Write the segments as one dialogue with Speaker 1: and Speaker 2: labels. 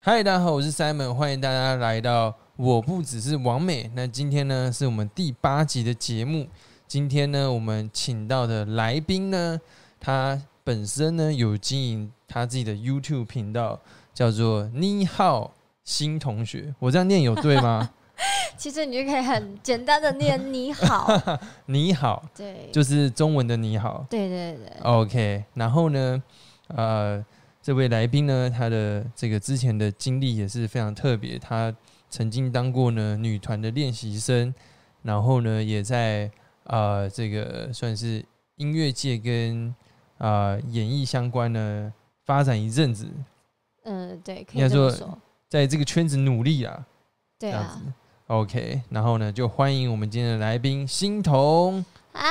Speaker 1: 嗨，大家好，我是 Simon，欢迎大家来到我不只是王美。那今天呢，是我们第八集的节目。今天呢，我们请到的来宾呢，他本身呢有经营他自己的 YouTube 频道，叫做你好新同学。我这样念有对吗？
Speaker 2: 其实你就可以很简单的念你好，
Speaker 1: 你好，
Speaker 2: 对，
Speaker 1: 就是中文的你好。
Speaker 2: 对对对，
Speaker 1: OK，然后呢，呃，这位来宾呢，他的这个之前的经历也是非常特别，他曾经当过呢女团的练习生，然后呢，也在呃这个算是音乐界跟呃演艺相关呢发展一阵子，
Speaker 2: 嗯对，可
Speaker 1: 应该
Speaker 2: 以这
Speaker 1: 说
Speaker 2: 么说，
Speaker 1: 在这个圈子努力啊，
Speaker 2: 对
Speaker 1: 这样
Speaker 2: 啊
Speaker 1: 子。。OK，然后呢，就欢迎我们今天的来宾欣彤。
Speaker 2: 嗨，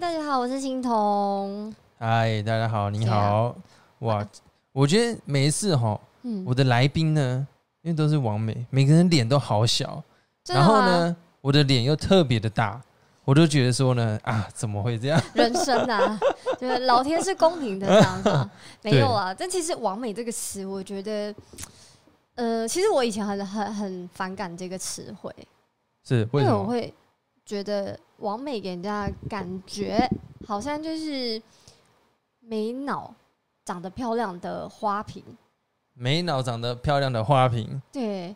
Speaker 2: 大家好，我是欣彤，
Speaker 1: 嗨，大家好，你
Speaker 2: 谁啊
Speaker 1: 好。哇，我觉得每一次哈，
Speaker 2: 嗯，
Speaker 1: 我的来宾呢，因为都是王美，每个人脸都好小，
Speaker 2: 真的
Speaker 1: 然后
Speaker 2: 吗？
Speaker 1: 呢，我的脸又特别的大，我都觉得说呢，啊，怎么会这样？
Speaker 2: 人生啊，就是老天是公平的，这样子 啊没有啊。但其实“完美”这个词，我觉得，呃，其实我以前很很很反感这个词汇，
Speaker 1: 是为
Speaker 2: 因
Speaker 1: 什
Speaker 2: 为我
Speaker 1: 么？
Speaker 2: 会觉得完美给人家感觉好像就是没脑、长得漂亮的花瓶。
Speaker 1: 眉脑长得漂亮的花瓶，
Speaker 2: 对，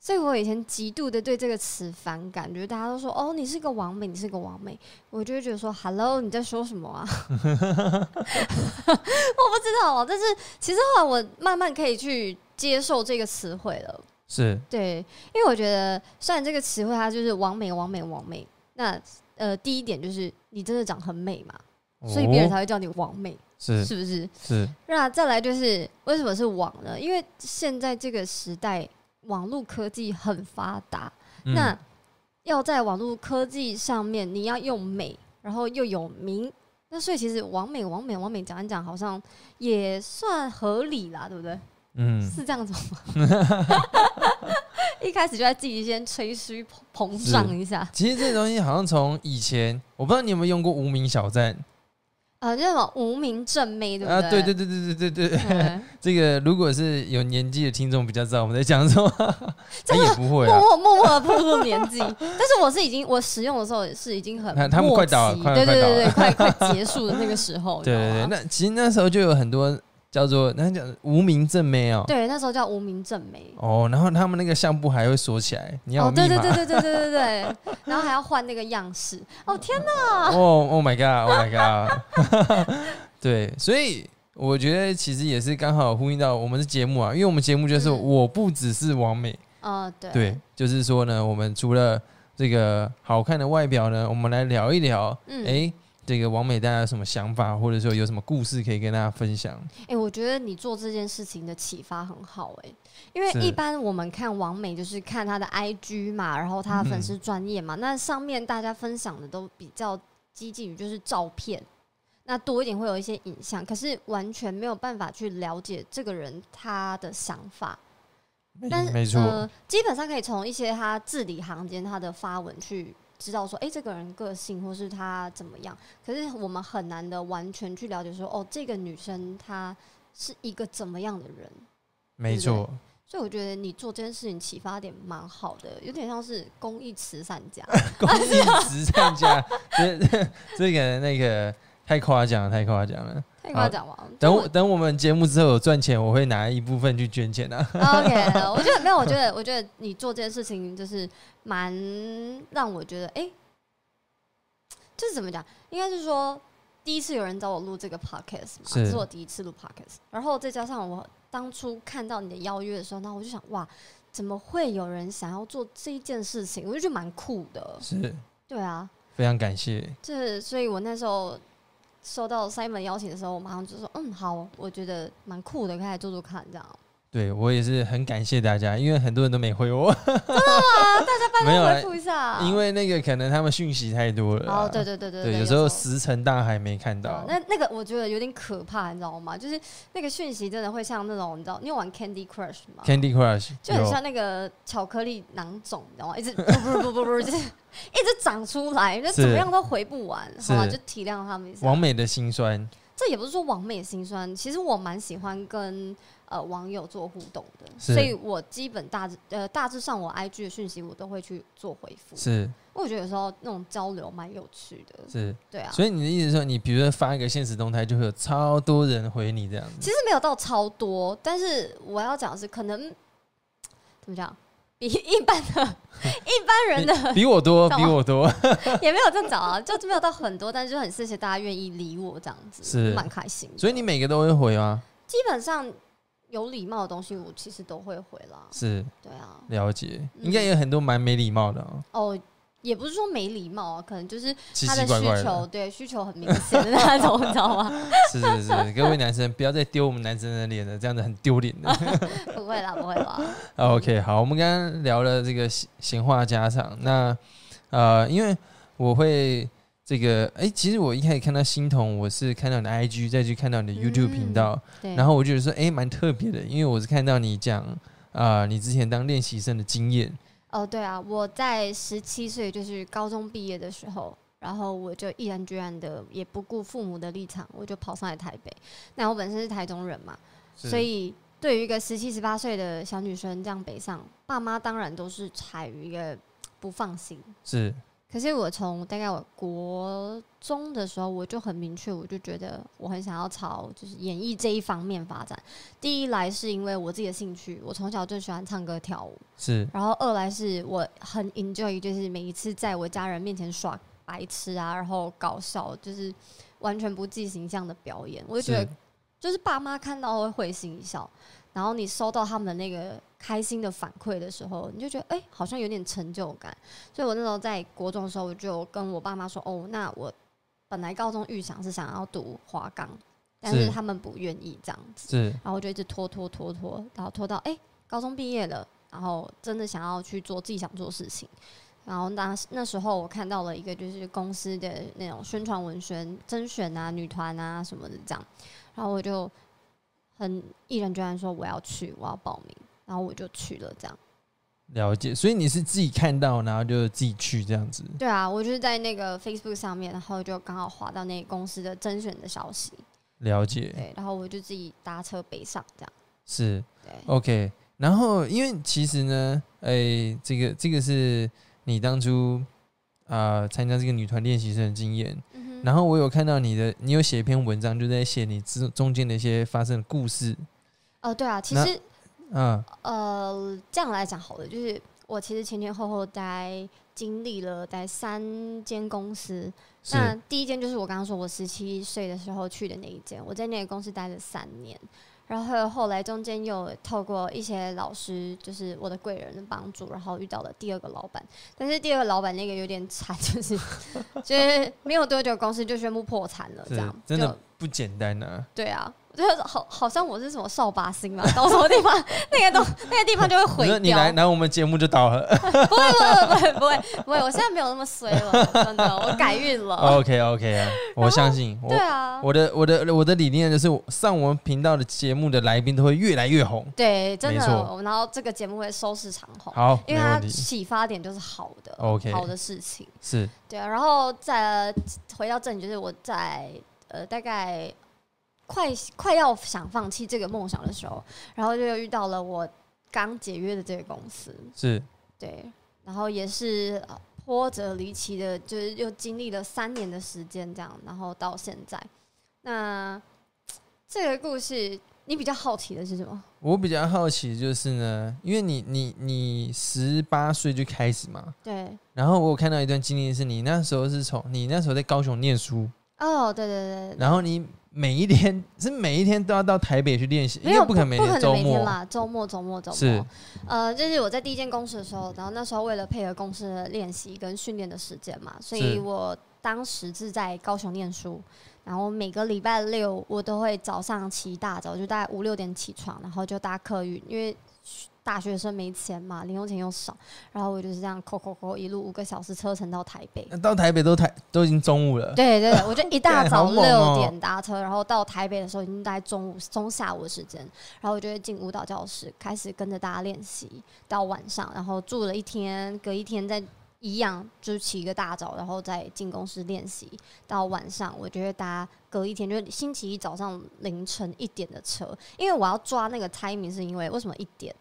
Speaker 2: 所以我以前极度的对这个词反感，觉得大家都说哦，你是个完美，你是个完美，我就会觉得说，Hello，你在说什么啊？ 我不知道啊，但是其实后来我慢慢可以去接受这个词汇了。
Speaker 1: 是
Speaker 2: 对，因为我觉得虽然这个词汇它就是完美、完美、完美，那呃，第一点就是你真的长很美嘛，所以别人
Speaker 1: 哦
Speaker 2: 才会叫你完美，
Speaker 1: 是
Speaker 2: 是不是？
Speaker 1: 是
Speaker 2: 那再来就是为什么是网呢？因为现在这个时代，网络科技很发达，
Speaker 1: 嗯
Speaker 2: 那要在网络科技上面，你要又美，然后又有名，那所以其实网美、网美、网美讲一讲，好像也算合理啦，对不对？
Speaker 1: 嗯
Speaker 2: 是这样子吗？ 一开始就在自己先吹嘘膨膨胀一下，
Speaker 1: 其实这东西好像从以前，我不知道你有没有用过无名小站
Speaker 2: 呃，那种无名正妹，对不
Speaker 1: 啊？
Speaker 2: 对
Speaker 1: 对对对对对对 对，
Speaker 2: 嗯
Speaker 1: 这个如果是有年纪的听众比较知道我们在讲什么，他
Speaker 2: 真的
Speaker 1: 也不会啊
Speaker 2: 默，默默默的步入年纪，但是我是已经我使用的时候是已经很
Speaker 1: 他他们快倒了
Speaker 2: 末期
Speaker 1: 快
Speaker 2: 对对对
Speaker 1: 快
Speaker 2: 对， 快快结束的那个时候，
Speaker 1: 对
Speaker 2: 你知
Speaker 1: 对
Speaker 2: 道
Speaker 1: 对，
Speaker 2: 吗
Speaker 1: 那其实那时候就有很多叫做那叫无名正妹哦，
Speaker 2: 对那时候叫无名正妹。
Speaker 1: 哦，然后他们那个相簿还会锁起来，你要有
Speaker 2: 哦，
Speaker 1: 密码。
Speaker 2: 对对对对对对对对，然后还要换那个样式。哦天哪，
Speaker 1: 哦 oh my god，Oh my god，对， 所以我觉得其实也是刚好呼应到我们的节目啊，因为我们节目就是
Speaker 2: 嗯
Speaker 1: 我不只是完美，
Speaker 2: 哦对
Speaker 1: 对，就是说呢，我们除了这个好看的外表呢，我们来聊一聊，
Speaker 2: 嗯
Speaker 1: 哎、这个完美大家有什么想法，或者说有什么故事可以跟大家分享？
Speaker 2: 哎、我觉得你做这件事情的启发很好哎、因为
Speaker 1: 是
Speaker 2: 一般我们看王美就是看她的 IG 嘛，然后她的粉丝专业嘛，那上面大家分享的都比较接近于就是照片，那多一点会有一些影像，可是完全没有办法去了解这个人他的想法。
Speaker 1: 没
Speaker 2: 但是
Speaker 1: 嗯没错，
Speaker 2: 呃，基本上可以从一些他字里行间、他的发文去知道说，哎、这个人个性或是他怎么样。可是我们很难的完全去了解说，哦，这个女生她是一个怎么样的人。
Speaker 1: 没
Speaker 2: 对
Speaker 1: 错，
Speaker 2: 所以我觉得你做这件事情启发点蛮好的，有点像是公益慈善 家。
Speaker 1: 公益慈善家， 这这个那个太夸奖了，太夸奖了。
Speaker 2: 可以跟我讲吗？
Speaker 1: 啊等我等我们节目之后有赚钱，我会拿一部分去捐钱啊。
Speaker 2: OK，我觉得没有，我觉得我觉得你做这件事情就是蛮让我觉得，哎、就是怎么讲，应该是说第一次有人找我录这个 podcast 嘛，
Speaker 1: 是
Speaker 2: 这是我第一次录 podcast，然后再加上我当初看到你的邀约的时候，那我就想，哇，怎么会有人想要做这一件事情？我就觉得蛮酷的，
Speaker 1: 是，
Speaker 2: 对啊，
Speaker 1: 非常感谢。
Speaker 2: 这所以我那时候。收到 Simon 邀请的时候，我马上就说：“嗯，好，我觉得蛮酷的，可以来做做看这样。”
Speaker 1: 对我也是很感谢大家，因为很多人都没回我，
Speaker 2: 大
Speaker 1: 没
Speaker 2: 家拜
Speaker 1: 有
Speaker 2: 托
Speaker 1: 啊
Speaker 2: 回哎复一下，
Speaker 1: 因为那个可能他们讯息太多了啊。
Speaker 2: 哦，对对对对
Speaker 1: 对，有时候石沉大海没看
Speaker 2: 哦
Speaker 1: 到。
Speaker 2: 那那个我觉得有点可怕，你知道吗？就是那个讯息真的会像那种，你知道，你有玩 Candy Crush 吗？
Speaker 1: Candy Crush
Speaker 2: 哦就很像那个巧克力囊肿，你知道吗？一直不不不不不，就是 一直长出来，就是怎么样都回不完，
Speaker 1: 是
Speaker 2: 好吧，就体谅他们一
Speaker 1: 完
Speaker 2: 下。
Speaker 1: 美的心酸，
Speaker 2: 这也不是说网美心酸，其实我蛮喜欢跟呃网友做互动的，
Speaker 1: 是
Speaker 2: 所以我基本大致呃大致上我 IG 的讯息我都会去做回复，
Speaker 1: 是
Speaker 2: 因为我觉得有时候那种交流蛮有趣的，
Speaker 1: 是，
Speaker 2: 对啊，
Speaker 1: 所以你的意思是说，你比如说发一个现实动态，就会有超多人回你这样子，
Speaker 2: 其实没有到超多，但是我要讲的是，可能怎么讲， 比一般的 一般人的
Speaker 1: 比我多，
Speaker 2: 干
Speaker 1: 比
Speaker 2: 嘛
Speaker 1: 我多，
Speaker 2: 也没有这么早啊， 就没有到很多，但是就很谢谢大家愿意理我这样子，
Speaker 1: 是
Speaker 2: 蛮开心的。
Speaker 1: 所以你每个都会回啊，
Speaker 2: 基本上有礼貌的东西，我其实都会回啦。
Speaker 1: 是
Speaker 2: 对啊，
Speaker 1: 了解，
Speaker 2: 嗯
Speaker 1: 应该有很多蛮没礼貌的哦，
Speaker 2: 哦，也不是说没礼貌啊，可能就是
Speaker 1: 奇
Speaker 2: 他的
Speaker 1: 奇
Speaker 2: 需
Speaker 1: 怪
Speaker 2: 求，
Speaker 1: 怪的，
Speaker 2: 对需求很明显的那种， 你知道吗？
Speaker 1: 是是是，各位男生不要再丢我们男生的 脸了，这样子很丢脸的。
Speaker 2: 不会啦，不会啦，
Speaker 1: OK，好，我们刚刚聊了这个闲闲话家常，那呃，因为我会这个，哎、其实我一开始看到欣桐，我是看到你的 IG，再去看到你的 YouTube
Speaker 2: 嗯
Speaker 1: 频道，
Speaker 2: 对。
Speaker 1: 然后我就觉得说，哎、蛮特别的，因为我是看到你讲啊、呃你之前当练习生的经验，
Speaker 2: 哦，对啊，我在十七岁，就是高中毕业的时候，然后我就毅然决然的，也不顾父母的立场，我就跑上来台北。那我本身是台中人嘛，所以对于一个十七、十八岁的小女生这样北上，爸妈当然都是采于一个不放心。
Speaker 1: 是
Speaker 2: 可是我从大概我国中的时候，我就很明确，我就觉得我很想要朝就是演艺这一方面发展。第一来是因为我自己的兴趣，我从小就喜欢唱歌跳舞，
Speaker 1: 是
Speaker 2: 然后二来是我很 enjoy，就是每一次在我家人面前耍白痴啊，然后搞笑，就是完全不计形象的表演，我就觉得
Speaker 1: 是
Speaker 2: 就是爸妈看到会会心一笑，然后你收到他们的那个开心的反馈的时候，你就觉得哎、好像有点成就感。所以我那时候在国中的时候，我就跟我爸妈说，哦，那我本来高中预想是想要读华冈，但是
Speaker 1: 是
Speaker 2: 他们不愿意这样子。
Speaker 1: 是
Speaker 2: 然后我就一直拖拖拖拖，然后拖到哎、高中毕业了，然后真的想要去做自己想做的事情。然后那那时候我看到了一个就是公司的那种宣传文宣甄选啊、女团啊什么的这样，然后我就很毅然决然说我要去，我要报名，然后我就去了这样。
Speaker 1: 了解，所以你是自己看到，然后就自己去这样子，
Speaker 2: 对啊，我就是在那个 Facebook 上面，然后就刚好滑到那个公司的甄选的消息，
Speaker 1: 了解
Speaker 2: 对，然后我就自己搭车北上这样，
Speaker 1: 是。
Speaker 2: 对。
Speaker 1: OK，然后因为其实呢，诶、这个这个是你当初啊参、加这个女团练习生的经验，
Speaker 2: 嗯哼
Speaker 1: 然后我有看到你的，你有写一篇文章，就在写你之中间的一些发生的故事，
Speaker 2: 哦，对啊，其
Speaker 1: 那
Speaker 2: 实
Speaker 1: 嗯，
Speaker 2: 呃，这样来讲好了，就是我其实前前后后待经历了待三间公司。
Speaker 1: 是
Speaker 2: 那第一间就是我刚刚说我十七岁的时候去的那一间，我在那个公司待了三年。然后后来中间又透过一些老师，就是我的贵人的帮助，然后遇到了第二个老板。但是第二个老板那个有点惨，就是就是没有多久公司就宣布破产了，这
Speaker 1: 是
Speaker 2: 样
Speaker 1: 真
Speaker 2: 就
Speaker 1: 的不简单啊，
Speaker 2: 对啊，我觉得好，好像我是什么扫把星嘛，到什么地方 那个东那个地方就会
Speaker 1: 你说
Speaker 2: 毁
Speaker 1: 你
Speaker 2: 掉。
Speaker 1: 来来我们节目就倒 了
Speaker 2: 不会不会不会不会不会，我现在没有那么衰了，真的，我改运了。
Speaker 1: ，OK OK 啊，我相信
Speaker 2: 哦对
Speaker 1: 我。
Speaker 2: 啊，
Speaker 1: 我的我的我的理念就是上我们频道的节目的来宾都会越来越红。
Speaker 2: 对，真
Speaker 1: 没
Speaker 2: 的，
Speaker 1: 错
Speaker 2: 然后这个节目会收视长虹，
Speaker 1: 好，
Speaker 2: 哦因
Speaker 1: 没
Speaker 2: 为它
Speaker 1: 问题。
Speaker 2: 启发点就是好的
Speaker 1: OK
Speaker 2: 好的事情。
Speaker 1: 是
Speaker 2: 对啊，然后再回到正题，就是我在呃大概快快要想放弃这个梦想的时候，然后就遇到了我刚解约的这个公司，
Speaker 1: 是
Speaker 2: 对，然后也是呃波折离奇的，就是又经历了三年的时间这样，然后到现在。那这个故事，你比较好奇的是什么？
Speaker 1: 我比较好奇就是呢，因为你你你十八岁就开始嘛，
Speaker 2: 对，
Speaker 1: 然后我有看到一段经历，是你那时候是从你那时候在高雄念书，
Speaker 2: 哦，对对对对，
Speaker 1: 然后你每一天 是每一天都要到台北去练习，因
Speaker 2: 没
Speaker 1: 为
Speaker 2: 有
Speaker 1: 不可能每
Speaker 2: 不可能
Speaker 1: 周
Speaker 2: 每天
Speaker 1: 末
Speaker 2: 啦，周末周末周
Speaker 1: 是
Speaker 2: 末。呃，就是我在第一间公司的时候，然后那时候为了配合公司的练习跟训练的时间嘛，所以
Speaker 1: 是
Speaker 2: 我当时是在高雄念书，然后每个礼拜六我都会早上起大早，就大概五六点起床，然后就搭客运，因为大学生没钱嘛，零用钱又少，然后我就是这样扣扣扣一路五个小时车程到台北。
Speaker 1: 那到台北都台都已经中午了，
Speaker 2: 对对对，我就一 大
Speaker 1: 干好
Speaker 2: 早
Speaker 1: 猛哦
Speaker 2: 六点搭车，然后到台北的时候已经大概中午中下午的时间，然后我就会进舞蹈教室开始跟着大家练习到晚上，然后住了一天，隔一天再一样就是起一个大早，然后再进公司练习到晚上。我觉得大家隔一天，就是星期一早上凌晨一点的车，因为我要抓那个 timing，是因为为什么一点？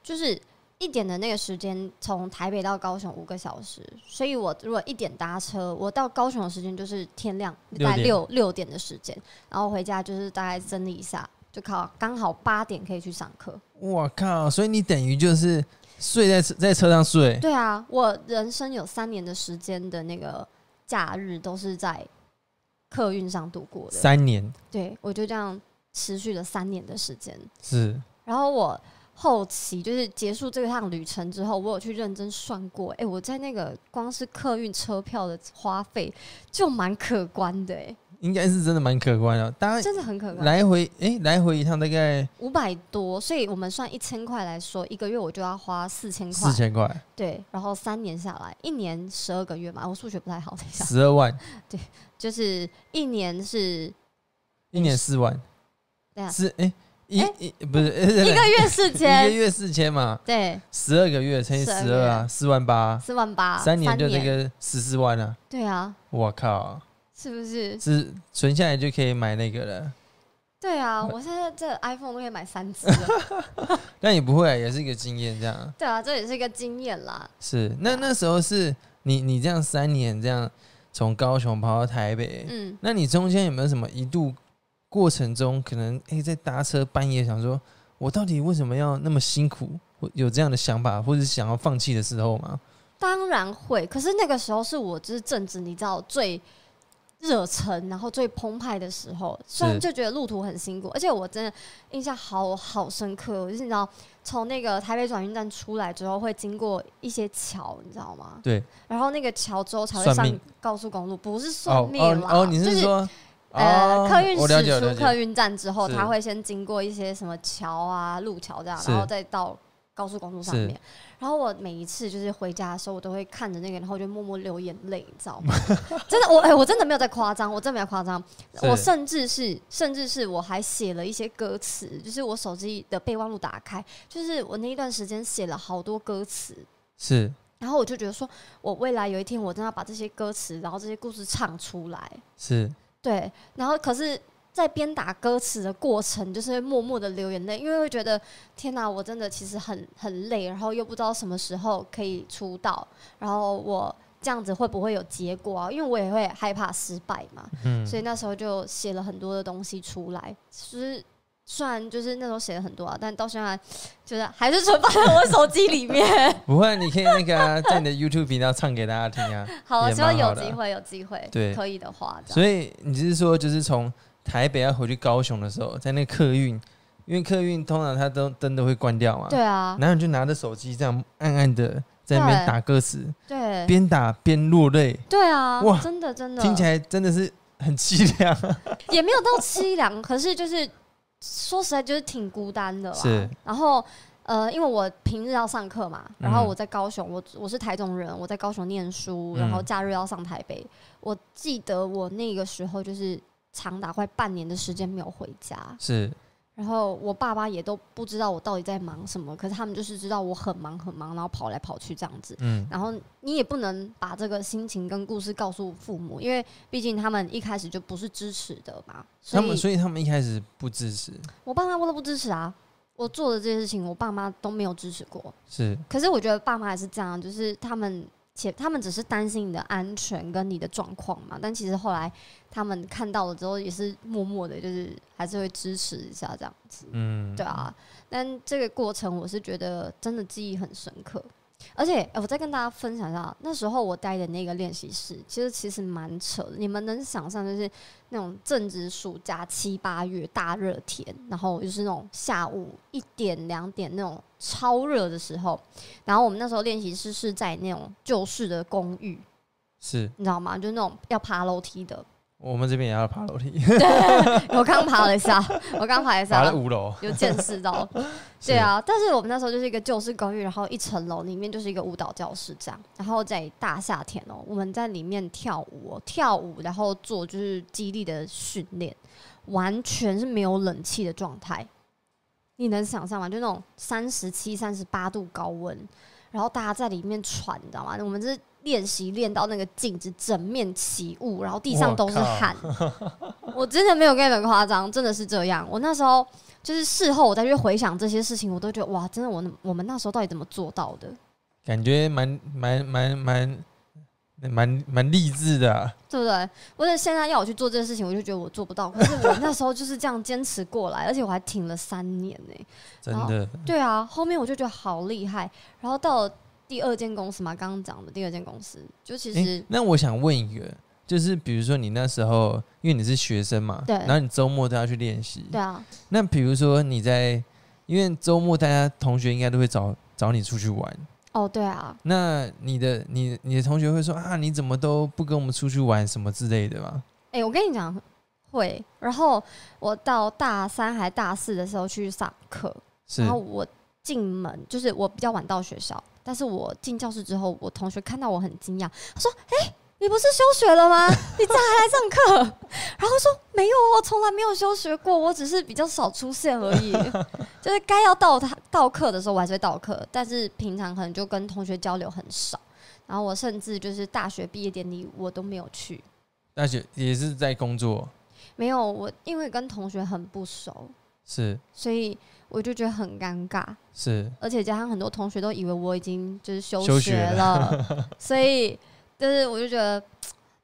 Speaker 2: 就是一点的那个时间，从台北到高雄五个小时，所以我如果一点搭车，我到高雄的时间就是天亮，大概六六点的时间，然后回家就是大概整理一下，就考刚好八点可以去上课。
Speaker 1: 我靠！所以你等于就是睡在车在车上睡，
Speaker 2: 对啊，我人生有三年的时间的那个假日都是在客运上度过的。
Speaker 1: 三年
Speaker 2: 对，我就这样持续了三年的时间。
Speaker 1: 是
Speaker 2: 然后我后期就是结束这趟旅程之后，我有去认真算过，哎、我在那个光是客运车票的花费就蛮可观的、诶
Speaker 1: 应该是真的蛮可观的。大家
Speaker 2: 真的很可观，
Speaker 1: 来回哎、来回一趟大概
Speaker 2: 五百多，所以我们算一千块来说，一个月我就要花四千块
Speaker 1: 四，千块，
Speaker 2: 对，然后三年下来，一年十二个月嘛，我数学不太好，等一下，
Speaker 1: 十二万，
Speaker 2: 就是一年是
Speaker 1: 一年四万
Speaker 2: 对，啊
Speaker 1: 是哎、一
Speaker 2: 哎
Speaker 1: 一不是、
Speaker 2: 一个月四
Speaker 1: 一个
Speaker 2: 千，
Speaker 1: 月四千嘛，
Speaker 2: 对，
Speaker 1: 十二个月乘以
Speaker 2: 12
Speaker 1: 十二啊，四万八啊、
Speaker 2: 四万八，
Speaker 1: 三年就那个十四万啊！
Speaker 2: 对啊，
Speaker 1: 我靠，
Speaker 2: 是不是？
Speaker 1: 是存下来就可以买那个了。
Speaker 2: 对啊，我现在这 iPhone 都可以买三只了，
Speaker 1: 但也不会、啊，也是一个经验这样。
Speaker 2: 对啊，这也是一个经验啦。
Speaker 1: 是，那那时候是你你这样三年这样从高雄跑到台北，
Speaker 2: 嗯，
Speaker 1: 那你中间有没有什么一度过程中可能诶、在搭车半夜想说，我到底为什么要那么辛苦？或有这样的想法，或者是想要放弃的时候吗？
Speaker 2: 当然会，可是那个时候是我就是正值你知道最热忱，然后最澎湃的时候，虽然
Speaker 1: 是
Speaker 2: 就觉得路途很辛苦，而且我真的印象好好深刻哦，就是你知道从那个台北转运站出来之后，会经过一些桥，你知道吗？
Speaker 1: 对，
Speaker 2: 然后那个桥之后才会
Speaker 1: 算
Speaker 2: 上
Speaker 1: 命
Speaker 2: 高速公路，不是算
Speaker 1: 哦
Speaker 2: 命
Speaker 1: 哦
Speaker 2: 啦，
Speaker 1: 哦，你
Speaker 2: 啊就是
Speaker 1: 说、
Speaker 2: 呃，
Speaker 1: 哦
Speaker 2: 客运
Speaker 1: 我了解
Speaker 2: 驶
Speaker 1: 我了
Speaker 2: 出客
Speaker 1: 解，
Speaker 2: 运站之后，
Speaker 1: 是
Speaker 2: 它会先经过一些什么桥啊、路桥这样，
Speaker 1: 是
Speaker 2: 然后再到高速公路上
Speaker 1: 是
Speaker 2: 面。然后我每一次就是回家的时候，我都会看着那个，然后就默默流眼泪，你知道吗？ 真的，我哎、我真的没有在夸张，我真的没有夸张。
Speaker 1: 是
Speaker 2: 我甚至是，甚至是我还写了一些歌词，就是我手机的备忘录打开，就是我那一段时间写了好多歌词，
Speaker 1: 是
Speaker 2: 然后我就觉得说，我未来有一天我真的要把这些歌词，然后这些故事唱出来。
Speaker 1: 是
Speaker 2: 对，然后可是，在编打歌词的过程，就是会默默的流眼泪，因为会觉得天哪、我真的其实很很累，然后又不知道什么时候可以出道，然后我这样子会不会有结果啊？因为我也会害怕失败嘛，
Speaker 1: 嗯
Speaker 2: 所以那时候就写了很多的东西出来，就是。虽然就是那时候写了很多啊，但到现在就是还是存放在我手机里面。
Speaker 1: 不会，你可以那个、啊、在你的 YouTube 频道唱给大家听 啊。
Speaker 2: 好啊，
Speaker 1: 也
Speaker 2: 希望
Speaker 1: 蛮好
Speaker 2: 有
Speaker 1: 的
Speaker 2: 机会，有机会，
Speaker 1: 对
Speaker 2: 可以的话，这样
Speaker 1: 所以你是说，就是从台北要回去高雄的时候，在那个客运，因为客运通常它都灯都会关掉嘛，
Speaker 2: 对啊，
Speaker 1: 然后你就拿着手机这样暗暗的在那边
Speaker 2: 对
Speaker 1: 打歌词，
Speaker 2: 对，
Speaker 1: 边打边落泪，
Speaker 2: 对啊
Speaker 1: 哇，
Speaker 2: 真的真的，
Speaker 1: 听起来真的是很凄凉。啊
Speaker 2: 也没有到凄凉，可是就是说实在就是挺孤单的啦。
Speaker 1: 是
Speaker 2: 然后呃，因为我平日要上课嘛，
Speaker 1: 嗯
Speaker 2: 然后我在高雄，我我是台中人，我在高雄念书，
Speaker 1: 嗯
Speaker 2: 然后假日要上台北。我记得我那个时候就是长达快半年的时间没有回家，
Speaker 1: 是
Speaker 2: 然后我爸妈也都不知道我到底在忙什么，可是他们就是知道我很忙很忙，然后跑来跑去这样子。
Speaker 1: 嗯，
Speaker 2: 然后你也不能把这个心情跟故事告诉父母，因为毕竟他们一开始就不是支持的嘛。所
Speaker 1: 他
Speaker 2: 以
Speaker 1: 们所以他们一开始不支持，
Speaker 2: 我爸妈我都不支持啊。我做的这些事情，我爸妈都没有支持过。
Speaker 1: 是
Speaker 2: 可是我觉得爸妈也是这样，就是他们且他们只是担心你的安全跟你的状况嘛。但其实后来他们看到了之后，也是默默的，就是还是会支持一下这样子。
Speaker 1: 嗯，
Speaker 2: 对啊，但这个过程我是觉得真的记忆很深刻。而且、呃我再跟大家分享一下，那时候我待的那个练习室，其实其实蛮扯的。你们能想象，就是那种正值暑假七八月大热天，然后就是那种下午一点两点那种超热的时候，然后我们那时候练习室是在那种旧式的公寓，
Speaker 1: 是
Speaker 2: 你知道吗？就是那种要爬楼梯的。
Speaker 1: 我们这边也要爬楼梯，
Speaker 2: 我刚爬了一下， 我刚爬了一
Speaker 1: 爬
Speaker 2: 下
Speaker 1: 了，五楼，
Speaker 2: 有见识到。
Speaker 1: 是
Speaker 2: 对，啊，但是我们那时候就是一个旧式公寓，然后一层楼里面就是一个舞蹈教室这样，然后在大夏天哦、我们在里面跳舞、哦，跳舞，然后做就是激励的训练，完全是没有冷气的状态，你能想象吗？就那种三十七、三十八度高温，然后大家在里面喘，你知道吗？我们是练习练到那个镜子整面起雾，然后地上都是汗。我真的没有跟你们夸张，真的是这样。我那时候就是事后我再去回想这些事情，我都觉得哇，真的我那我们那时候到底怎么做到的？
Speaker 1: 感觉蛮蛮蛮蛮蛮蛮励志的啊、
Speaker 2: 对不对？我者现在要我去做这件事情，我就觉得我做不到。可是我那时候就是这样坚持过来，而且我还挺了三年呢、
Speaker 1: 真的。
Speaker 2: 对啊，后面我就觉得好厉害。然后到了第二间公司嘛，刚刚讲的第二间公司，就其实、
Speaker 1: 诶那我想问一个，就是比如说你那时候，因为你是学生嘛，
Speaker 2: 对
Speaker 1: 然后你周末都要去练习，
Speaker 2: 对啊，
Speaker 1: 那比如说你在，因为周末大家同学应该都会找找你出去玩，
Speaker 2: 哦对啊，
Speaker 1: 那你的你你的同学会说啊，你怎么都不跟我们出去玩什么之类的吗？
Speaker 2: 哎、我跟你讲会。然后我到大三还大四的时候去上课，
Speaker 1: 是
Speaker 2: 然后我进门就是我比较晚到学校，但是我进教室之后，我同学看到我很惊讶，他说：“哎、你不是休学了吗？你这还来上课？” 然后我说：“没有哦，从来没有休学过，我只是比较少出现而已。 就是该要到他到课的时候，我还是会到课，但是平常可能就跟同学交流很少。然后我甚至就是大学毕业典礼我都没有去，
Speaker 1: 大学也是在工作，
Speaker 2: 没有我因为跟同学很不熟，
Speaker 1: 是
Speaker 2: 所以我就觉得很尴尬。
Speaker 1: 是
Speaker 2: 而且加上很多同学都以为我已经就是休
Speaker 1: 休
Speaker 2: 学
Speaker 1: 学
Speaker 2: 了， 所以就是我就觉得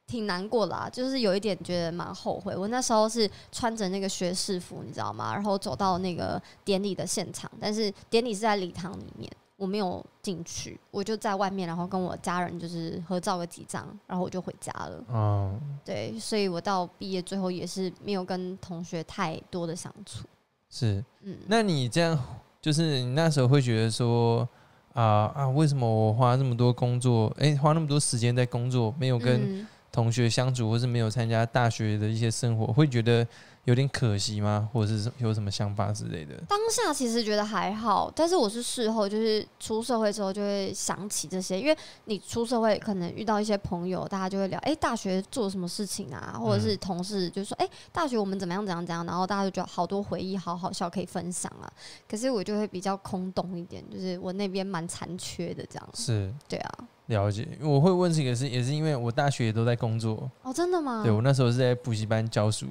Speaker 2: 挺难过啦、就是有一点觉得蛮后悔。我那时候是穿着那个学士服，你知道吗？然后走到那个典礼的现场，但是典礼是在礼堂里面，我没有进去，我就在外面，然后跟我家人就是合照个几张，然后我就回家了。
Speaker 1: 哦。
Speaker 2: 对，所以我到毕业最后也是没有跟同学太多的相处。
Speaker 1: 是，
Speaker 2: 嗯，
Speaker 1: 那你这样就是你那时候会觉得说啊、啊，为什么我花那么多工作，诶，花那么多时间在工作，没有跟
Speaker 2: 嗯
Speaker 1: 同学相处，或是没有参加大学的一些生活，会觉得有点可惜吗？或者是有什么想法之类的？
Speaker 2: 当下其实觉得还好，但是我是事后，就是出社会之后就会想起这些，因为你出社会可能遇到一些朋友，大家就会聊，哎、大学做什么事情啊，或者是同事就说，哎、大学我们怎么样怎样怎样，然后大家就觉得好多回忆，好好笑可以分享啊。可是我就会比较空洞一点，就是我那边蛮残缺的这样。
Speaker 1: 是
Speaker 2: 对啊，
Speaker 1: 了解，我会问这个是也是因为我大学也都在工作，
Speaker 2: 哦，真的吗？
Speaker 1: 对我那时候是在补习班教书，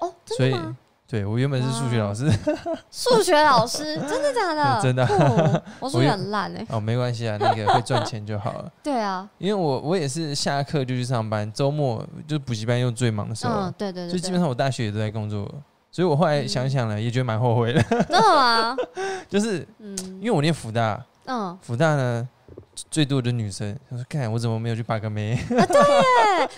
Speaker 2: 哦，
Speaker 1: 所
Speaker 2: 真
Speaker 1: 以
Speaker 2: 的吗？
Speaker 1: 对我原本是数学老师
Speaker 2: 数学老师， 真的假的？
Speaker 1: 真的
Speaker 2: 哦我数
Speaker 1: 我
Speaker 2: 学
Speaker 1: 也
Speaker 2: 很烂哎、
Speaker 1: 哦，没关系啊，那个会赚钱就好了。
Speaker 2: 对啊，
Speaker 1: 因为我我也是下课就去上班，周末就补习班又最忙的时候，
Speaker 2: 嗯，对对
Speaker 1: 所
Speaker 2: 对
Speaker 1: 以基
Speaker 2: 对
Speaker 1: 本，上我大学也都在工作，所以我后来想想了，也觉得蛮后悔的。
Speaker 2: 真的吗？
Speaker 1: 就是
Speaker 2: 嗯
Speaker 1: 因为我念福大，
Speaker 2: 嗯，
Speaker 1: 福大呢最多的女生，我说看我怎么没有去把个妹，
Speaker 2: 对，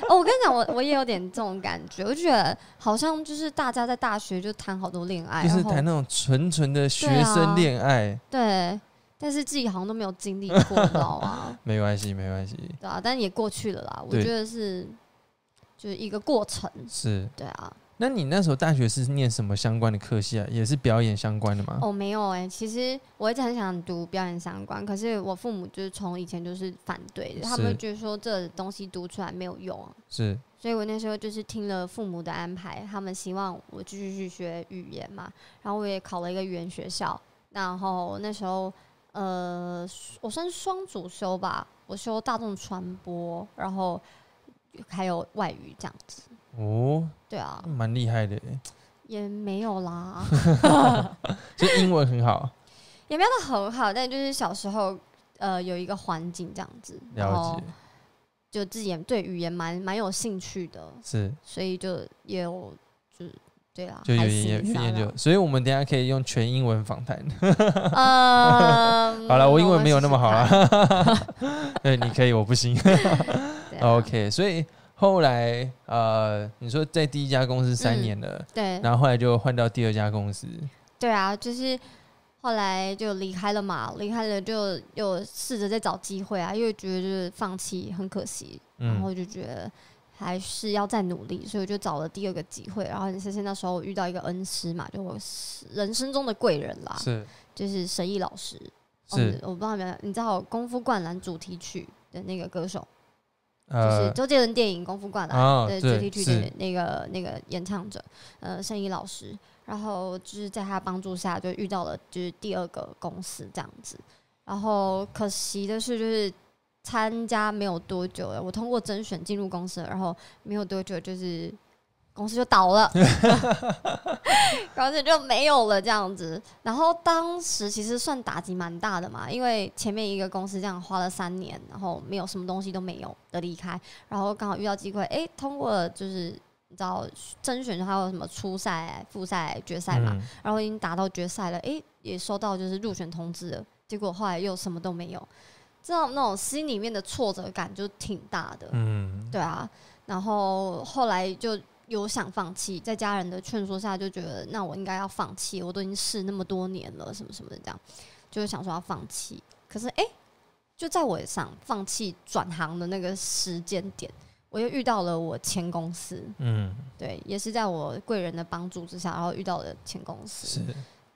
Speaker 2: 哦，我跟你讲，我我也有点这种感觉，我就觉得好像就是大家在大学就谈好多恋爱，
Speaker 1: 就是
Speaker 2: 哎然后啊
Speaker 1: 谈那种纯纯的学生恋爱，
Speaker 2: 对，但是自己好像都没有经历过，你知 道吗？
Speaker 1: 没关系，没关系，
Speaker 2: 对啊，但也过去了啦，我
Speaker 1: 对
Speaker 2: 觉得是就是一个过程，
Speaker 1: 是。
Speaker 2: 对啊。
Speaker 1: 那你那时候大学是念什么相关的科系啊？也是表演相关的吗？
Speaker 2: 哦，没有哎、其实我一直很想读表演相关，可是我父母就是从以前就是反对的，他们
Speaker 1: 是
Speaker 2: 就觉得说这东西读出来没有用啊，
Speaker 1: 是
Speaker 2: 所以我那时候就是听了父母的安排，他们希望我继续去学语言嘛，然后我也考了一个语言学校，然后那时候呃，我算是双主修吧，我修大众传播，然后还有外语这样子，
Speaker 1: 哦，
Speaker 2: 对啊，
Speaker 1: 蛮厉害的耶，
Speaker 2: 也没有啦，
Speaker 1: 所以英文很
Speaker 2: 哦
Speaker 1: 好，
Speaker 2: 也没有到很好，但就是小时候呃有一个环境这样子，然
Speaker 1: 了
Speaker 2: 后
Speaker 1: 解
Speaker 2: 就自己也对语言蛮蛮有兴趣的，
Speaker 1: 是
Speaker 2: 所以就也有就是对啦，
Speaker 1: 就有
Speaker 2: 还
Speaker 1: 研有
Speaker 2: 行啦
Speaker 1: 研究，所以我们等一下可以用全英文访谈。
Speaker 2: 嗯，
Speaker 1: 好了，我英文没有那么好啊
Speaker 2: 了。
Speaker 1: 啦。 对，你可以，我不行。
Speaker 2: 对啊
Speaker 1: OK，所以后来呃，你说在第一家公司三年了，
Speaker 2: 对
Speaker 1: 然后后来就换到第二家公司，
Speaker 2: 对啊，就是后来就离开了嘛，离开了就又试着再找机会啊，因为觉得就是放弃很可惜，然
Speaker 1: 嗯，
Speaker 2: 后就觉得还是要再努力，所以我就找了第二个机会。然后你是现那时候我遇到一个恩师嘛，就我人生中的贵人啦，
Speaker 1: 是
Speaker 2: 就是沈毅老师。哦
Speaker 1: 是
Speaker 2: 我不知道你们，你知道《功夫灌篮》主题曲的那个歌手，哦就是
Speaker 1: 呃
Speaker 2: 周杰伦电影《功夫灌篮》
Speaker 1: 啊
Speaker 2: 对主
Speaker 1: 对
Speaker 2: 题曲的
Speaker 1: 是
Speaker 2: 那个那个演唱者，呃，盛一老师，然后就是在他帮助下就遇到了就是第二个公司这样子，然后可惜的是，就是参加没有多久了，我通过甄选进入公司了，然后没有多久就是公司就倒了， 公司就没有了这样子。然后当时其实算打击蛮大的嘛，因为前面一个公司这样花了三年，然后没有什么东西都没有的离开，然后刚好遇到机会，哎、通过了就是。你知道甄选还有什么初赛、复赛、决赛嘛？
Speaker 1: 嗯
Speaker 2: 然后已经打到决赛了，诶，也收到就是入选通知了，结果后来又什么都没有，这种那种心里面的挫折感就挺大的，
Speaker 1: 嗯
Speaker 2: 对啊，然后后来就有想放弃，在家人的劝说下，就觉得那我应该要放弃，我都已经试那么多年了，什么什么的，这样就是想说要放弃，可是诶，就在我想放弃转行的那个时间点，我又遇到了我前公司，
Speaker 1: 嗯，
Speaker 2: 对，也是在我贵人的帮助之下，然后遇到了前公司，
Speaker 1: 是。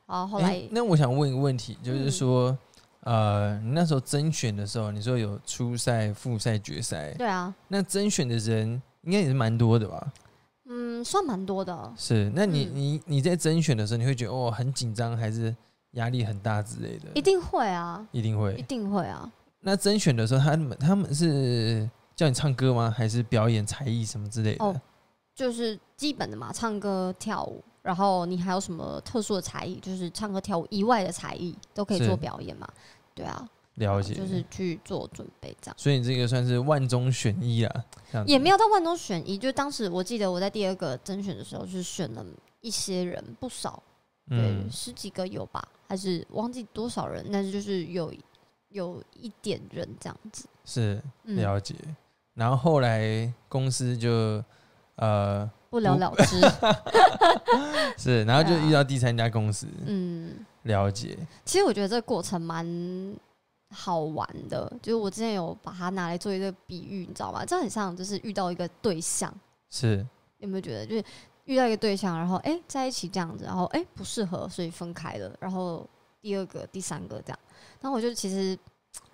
Speaker 2: 然后后
Speaker 1: 诶
Speaker 2: 来、
Speaker 1: 那我想问一个问题，就是
Speaker 2: 嗯
Speaker 1: 说，呃，你那时候甄选的时候，你说有初赛、复赛、决赛，
Speaker 2: 对啊，
Speaker 1: 那甄选的人应该也是蛮多的吧？
Speaker 2: 嗯，算蛮多的。
Speaker 1: 是，那你、
Speaker 2: 嗯
Speaker 1: 你你在甄选的时候，你会觉得哦很紧张，还是压力很大之类的？
Speaker 2: 一定会啊，
Speaker 1: 一定
Speaker 2: 一
Speaker 1: 会。
Speaker 2: 定会啊。
Speaker 1: 那甄选的时候，他们他们是叫你唱歌吗？还是表演才艺什么之类的？
Speaker 2: 哦就是基本的嘛，唱歌、跳舞，然后你还有什么特殊的才艺，就是唱歌、跳舞以外的才艺都可以
Speaker 1: 是
Speaker 2: 做表演嘛。对啊，
Speaker 1: 了解。
Speaker 2: 就是去做准备这样。
Speaker 1: 所以你这个算是万中选一啊，这样子
Speaker 2: 也没有到万中选一，就当时我记得我在第二个甄选的时候是选了一些人不少，对，
Speaker 1: 嗯
Speaker 2: 十几个有吧，还是忘记多少人，但是就是有有一点人这样子。
Speaker 1: 是
Speaker 2: 嗯，
Speaker 1: 了解。然后后来公司就呃
Speaker 2: 不了了之。
Speaker 1: 是，然后就
Speaker 2: 对啊
Speaker 1: 遇到第三家公司，
Speaker 2: 嗯。
Speaker 1: 了解。
Speaker 2: 其实我觉得这个过程蛮好玩的，就是我之前有把它拿来做一个比喻，你知道吗？这很像就是遇到一个对象，
Speaker 1: 是，
Speaker 2: 有没有觉得就是遇到一个对象，然后哎、诶在一起这样子，然后哎、诶不适合，所以分开了，然后第二个、第三个这样，然后我就其实。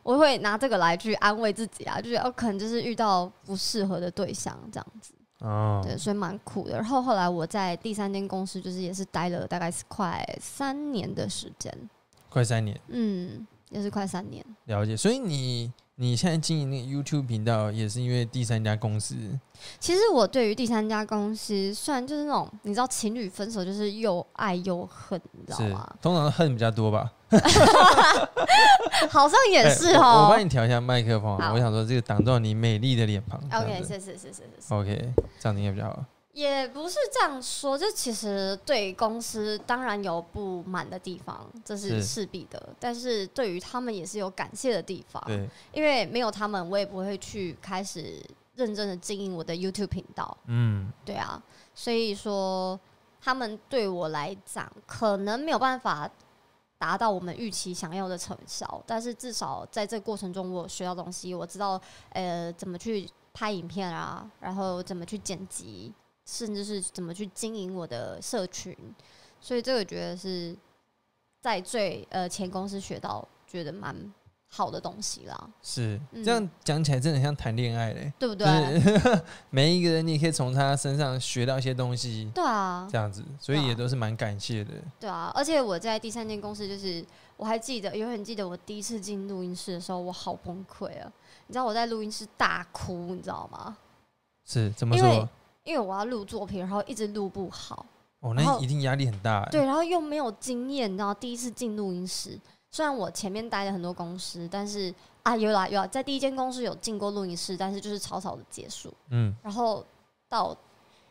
Speaker 2: 我会拿这个来去安慰自己啊，就是哦，可能就是遇到不适合的对象这样子，
Speaker 1: 哦，
Speaker 2: 对，所以蛮苦的。然后后来我在第三间公司就是也是待了大概是快三年的时间，
Speaker 1: 快三年，
Speaker 2: 嗯，也是快三年。
Speaker 1: 了解。所以你你现在经营那个 YouTube 频道，也是因为第三家公司，
Speaker 2: 其实我对于第三家公司，虽然就是那种你知道情侣分手就是又爱又恨，你知道
Speaker 1: 是
Speaker 2: 吗？
Speaker 1: 通常恨比较多吧？
Speaker 2: 好像也
Speaker 1: 哎
Speaker 2: 是
Speaker 1: 我我
Speaker 2: 哦
Speaker 1: 帮。你调一下麦克风啊，
Speaker 2: 好
Speaker 1: 我想说这个挡到你美丽的脸庞。这样
Speaker 2: OK，
Speaker 1: 子
Speaker 2: 是是是是是是，
Speaker 1: OK，这样子应该比较好。
Speaker 2: 也不是这样说。就其实对公司当然有不满的地方，这是
Speaker 1: 是
Speaker 2: 势必的。但是对于他们也是有感谢的地方，
Speaker 1: 对，
Speaker 2: 因为没有他们，我也不会去开始认真的经营我的 YouTube 频道。
Speaker 1: 嗯，
Speaker 2: 对啊，所以说他们对我来讲，可能没有办法达到我们预期想要的成效，但是至少在这个过程中，我有学到东西，我知道呃怎么去拍影片啊，然后怎么去剪辑，甚至是怎么去经营我的社群，所以这个觉得是在最呃前公司学到，觉得蛮好的东西啦，
Speaker 1: 是
Speaker 2: 嗯
Speaker 1: 这样讲起来真的很像谈恋爱嘞。
Speaker 2: 对不对？
Speaker 1: 就是 每一个人，你也可以从他身上学到一些东西，
Speaker 2: 对啊，
Speaker 1: 这样子，所以
Speaker 2: 对啊
Speaker 1: 也都是蛮感谢的。
Speaker 2: 对啊，而且我在第三间公司，就是我还记得，永远记得我第一次进录音室的时候，我好崩溃啊！你知道我在录音室大哭，你知道吗？
Speaker 1: 是怎么
Speaker 2: 因为
Speaker 1: 说？
Speaker 2: 因为我要录作品，然后一直录不好，
Speaker 1: 哦，
Speaker 2: 然
Speaker 1: 那
Speaker 2: 后
Speaker 1: 一定压力很大。，欸
Speaker 2: 对，然后又没有经验，你知道，第一次进录音室，虽然我前面待了很多公司，但是啊，有啦有啦，在第一间公司有进过录音室，但是就是草草的结束，
Speaker 1: 嗯，
Speaker 2: 然后到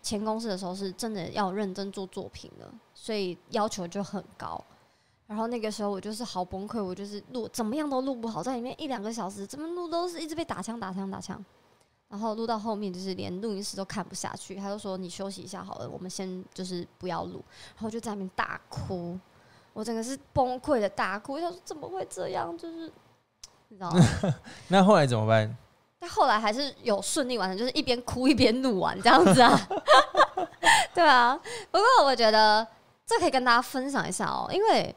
Speaker 2: 前公司的时候是真的要认真做作品了，所以要求就很高。然后那个时候我就是好崩溃，我就是录怎么样都录不好，在里面一两个小时怎么录都是一直被打枪打枪打枪，然后录到后面就是连录音师都看不下去，他就说你休息一下好了，我们先就是不要录，然后就在那边大哭，我整个是崩溃的大哭，我想说怎么会这样，就是你知道吗？
Speaker 1: 那后来怎么办？
Speaker 2: 但后来还是有顺利完成，就是一边哭一边录完这样子啊。 对啊，不过我觉得这可以跟大家分享一下哦，因为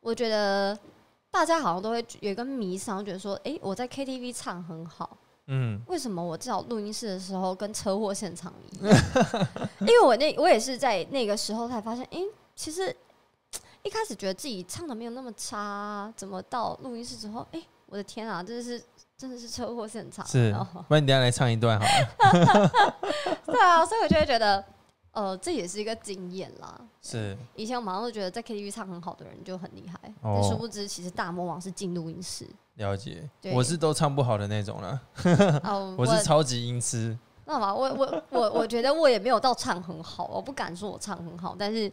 Speaker 2: 我觉得大家好像都会有一个迷想，觉得说，诶，我在 KTV 唱很好，
Speaker 1: 嗯，
Speaker 2: 为什么我至少录音室的时候跟车祸现场 一样？因为我那我也是在那个时候才发现，诶，其实一开始觉得自己唱的没有那么差啊，怎么到录音室之后，哎、我的天啊，真的是真的是车祸现场。
Speaker 1: 是
Speaker 2: 然后，
Speaker 1: 不然你等一下来唱一段好了。
Speaker 2: 对啊，所以我就会觉得，呃，这也是一个经验啦。
Speaker 1: 是，
Speaker 2: 以前我马上就觉得在 KTV 唱很好的人就很厉害，
Speaker 1: 哦
Speaker 2: 但殊不知其实大魔王是进录 音室。
Speaker 1: 了解。
Speaker 2: 对
Speaker 1: 我是都唱不好的那种啦，
Speaker 2: 哦，
Speaker 1: 我是超级音痴。
Speaker 2: 那嘛，我我我我觉得我也没有到唱很好，我不敢说我唱很好，但是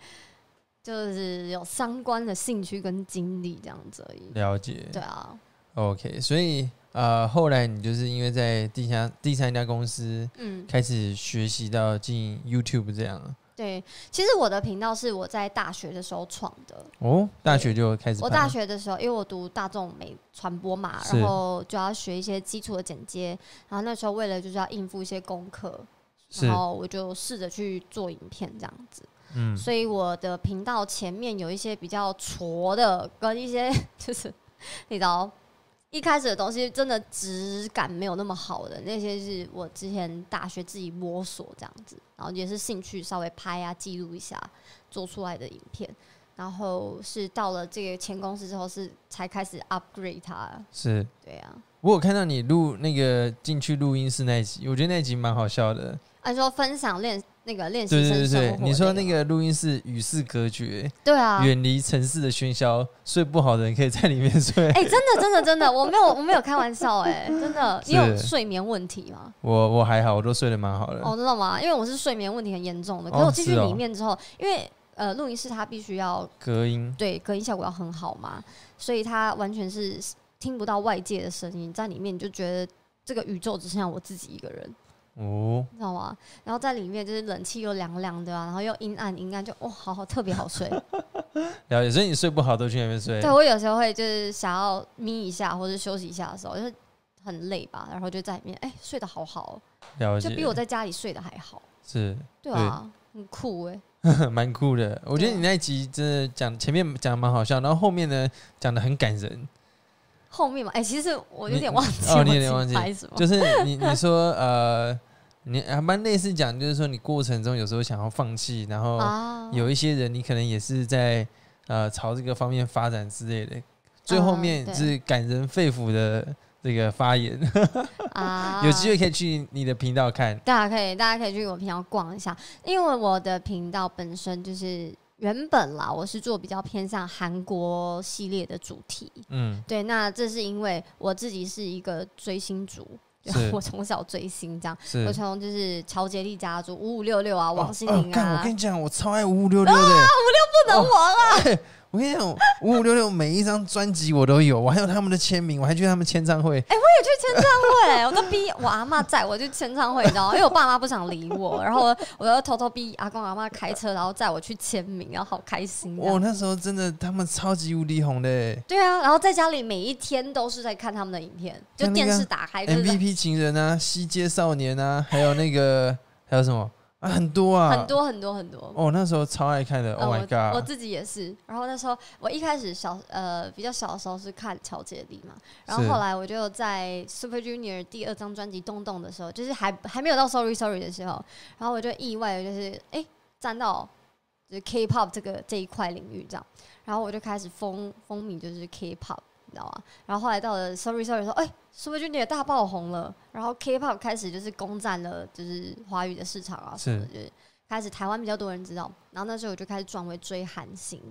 Speaker 2: 就是有相关的兴趣跟经历这样子而已。
Speaker 1: 了解。
Speaker 2: 对啊，
Speaker 1: OK，所以呃，后来你就是因为在第三第三家公司
Speaker 2: 嗯，
Speaker 1: 开始学习到进 YouTube 这样
Speaker 2: 对。其实我的频道是我在大学的时候创的。
Speaker 1: 哦，大学就开始
Speaker 2: 我
Speaker 1: 拍了。
Speaker 2: 大学的时候，因为我读大众媒传播嘛，
Speaker 1: 是
Speaker 2: 然后就要学一些基础的剪接，然后那时候为了就是要应付一些功课，
Speaker 1: 是
Speaker 2: 然后我就试着去做影片这样子。
Speaker 1: 嗯
Speaker 2: 所以我的频道前面有一些比较挫的，跟一些 就是你知道一开始的东西真的质感没有那么好的，那些是我之前大学自己摸索这样子，然后也是兴趣稍微拍啊记录一下做出来的影片。然后是到了这个前公司之后，是才开始 upgrade 它。
Speaker 1: 是。
Speaker 2: 对啊，
Speaker 1: 我有看到你录那个进去录音室那一集，我觉得那一集蛮好笑的。
Speaker 2: 按啊说分享练那个练习
Speaker 1: 对
Speaker 2: 生
Speaker 1: 对对
Speaker 2: 生活
Speaker 1: 对，你说那
Speaker 2: 个
Speaker 1: 个录音室与世隔绝，
Speaker 2: 对啊，
Speaker 1: 远离城市的喧嚣，睡不好的人可以在里面睡。
Speaker 2: 哎、真的，真的，真的，我没有，我没有开玩笑、哎，真的，你有
Speaker 1: 是
Speaker 2: 睡眠问题吗？
Speaker 1: 我我还好，我都睡得蛮好的。
Speaker 2: 哦，真的吗？因为我是睡眠问题很严重的，
Speaker 1: 嗯
Speaker 2: 可
Speaker 1: 哦
Speaker 2: 是我进去
Speaker 1: 是哦
Speaker 2: 里面之后，因为呃，录音室它必须要
Speaker 1: 隔音
Speaker 2: 对隔音效果要很好嘛，所以它完全是听不到外界的声音，在里面你就觉得这个宇宙只剩下我自己一个人，
Speaker 1: 哦，
Speaker 2: 你知道吗？然后在里面就是冷气又凉凉的啊，然后又阴暗阴暗，就哦，好好特别好 睡。
Speaker 1: 了解。所以你睡不好都去那边睡
Speaker 2: 对。我有时候会就是想要眯一下或者休息一下的时候，就是很累吧，然后就在里面哎、睡得好好
Speaker 1: 了
Speaker 2: 哦，
Speaker 1: 解。
Speaker 2: 就比我在家里睡得还好。
Speaker 1: 是
Speaker 2: 对啊，很酷哎、
Speaker 1: 蛮酷的。我觉得
Speaker 2: 对啊
Speaker 1: 你那一集真的讲前面讲得蛮好笑，然后后面呢讲的很感人。
Speaker 2: 后面嘛，哎、其实我有点
Speaker 1: 你
Speaker 2: 忘记
Speaker 1: 哦
Speaker 2: 我
Speaker 1: 你有
Speaker 2: 自
Speaker 1: 点忘
Speaker 2: 己
Speaker 1: 记
Speaker 2: 拍什么。
Speaker 1: 就是 你你说呃，你还蛮类似讲，就是说你过程中有时候想要放弃，然后
Speaker 2: 啊
Speaker 1: 有一些人你可能也是在呃朝这个方面发展之类的。最后面
Speaker 2: 嗯对
Speaker 1: 是感人肺腑的这个发言，
Speaker 2: 啊
Speaker 1: 有机会可以去你的频道看。
Speaker 2: 大家可以，大家可以去我频道逛一下，因为我的频道本身就是原本啦，我是做比较偏向韩国系列的主题。
Speaker 1: 嗯，
Speaker 2: 对，那这是因为我自己是一个追星族，就是 我从小追星这样，
Speaker 1: 是
Speaker 2: 我。从就是乔杰利家族五五六六啊，王心
Speaker 1: 哦
Speaker 2: 凌
Speaker 1: 干我
Speaker 2: 啊
Speaker 1: 跟，你哦讲，我超爱五五六六的。欸
Speaker 2: 不能忘啊，
Speaker 1: 我跟你讲，五五六六每一张专辑我都有，我还有他们的签名，我还去他们签唱会。
Speaker 2: 哎我也去签唱会，我都逼我阿妈载我去签唱会，你知道吗？因为我爸妈不想理我，然后我又偷偷逼阿公阿妈开车，然后载我去签名，然后好开心这样。
Speaker 1: 我那时候真的他们超级无敌红的欸
Speaker 2: 对啊，然后在家里每一天都是在看他们的影片，就
Speaker 1: 看那个
Speaker 2: 电视打开就是在
Speaker 1: ，MVP 情人啊，西街少年啊，还有那个还有什么啊，很多啊，
Speaker 2: 很。多很多很多。
Speaker 1: 哦，那时候超爱看的
Speaker 2: 呃
Speaker 1: ，Oh my
Speaker 2: 我我
Speaker 1: god！
Speaker 2: 自己也是。然后那时候我一开始小呃比较小的时候是看乔杰利嘛，然后
Speaker 1: 是
Speaker 2: 后来我就在 Super Junior 第二张专辑《动动》的时候，就是还还没有到 Sorry Sorry 的时候，然后我就意外的就是哎、诶站到就是 K-pop 这个这一块领域这样，然后我就开始风风靡就是 K-pop。你知道吗？然后后来到了 Sorry Sorry 说，哎、s u p e r Junior 大爆红了，然后 K-pop 开始就是攻占了就是华语的市场啊什么的，
Speaker 1: 是
Speaker 2: 就是开始台湾比较多人知道，然后那时候我就开始转为追韩星，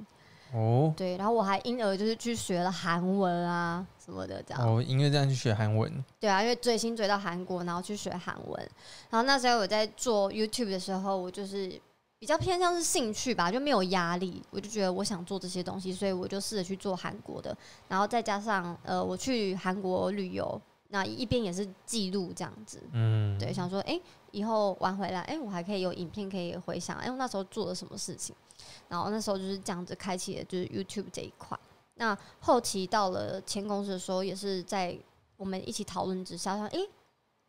Speaker 1: 哦
Speaker 2: 对，然后我还因而就是去学了韩文啊什么的这样，
Speaker 1: 哦，因为这样去学韩文，
Speaker 2: 对啊，因为追星追到韩国，然后去学韩文，然后那时候我在做 YouTube 的时候，我就是比较偏向是兴趣吧，就没有压力，我就觉得我想做这些东西，所以我就试着去做韩国的，然后再加上呃我去韩国旅游，那一边也是记录这样子，
Speaker 1: 嗯，
Speaker 2: 对，想说哎、诶以后玩回来，哎、我还可以有影片可以回想，哎、我那时候做了什么事情。然后那时候就是这样子开启的，就是 YouTube 这一块。那后期到了前公司的时候，也是在我们一起讨论之下，想哎、诶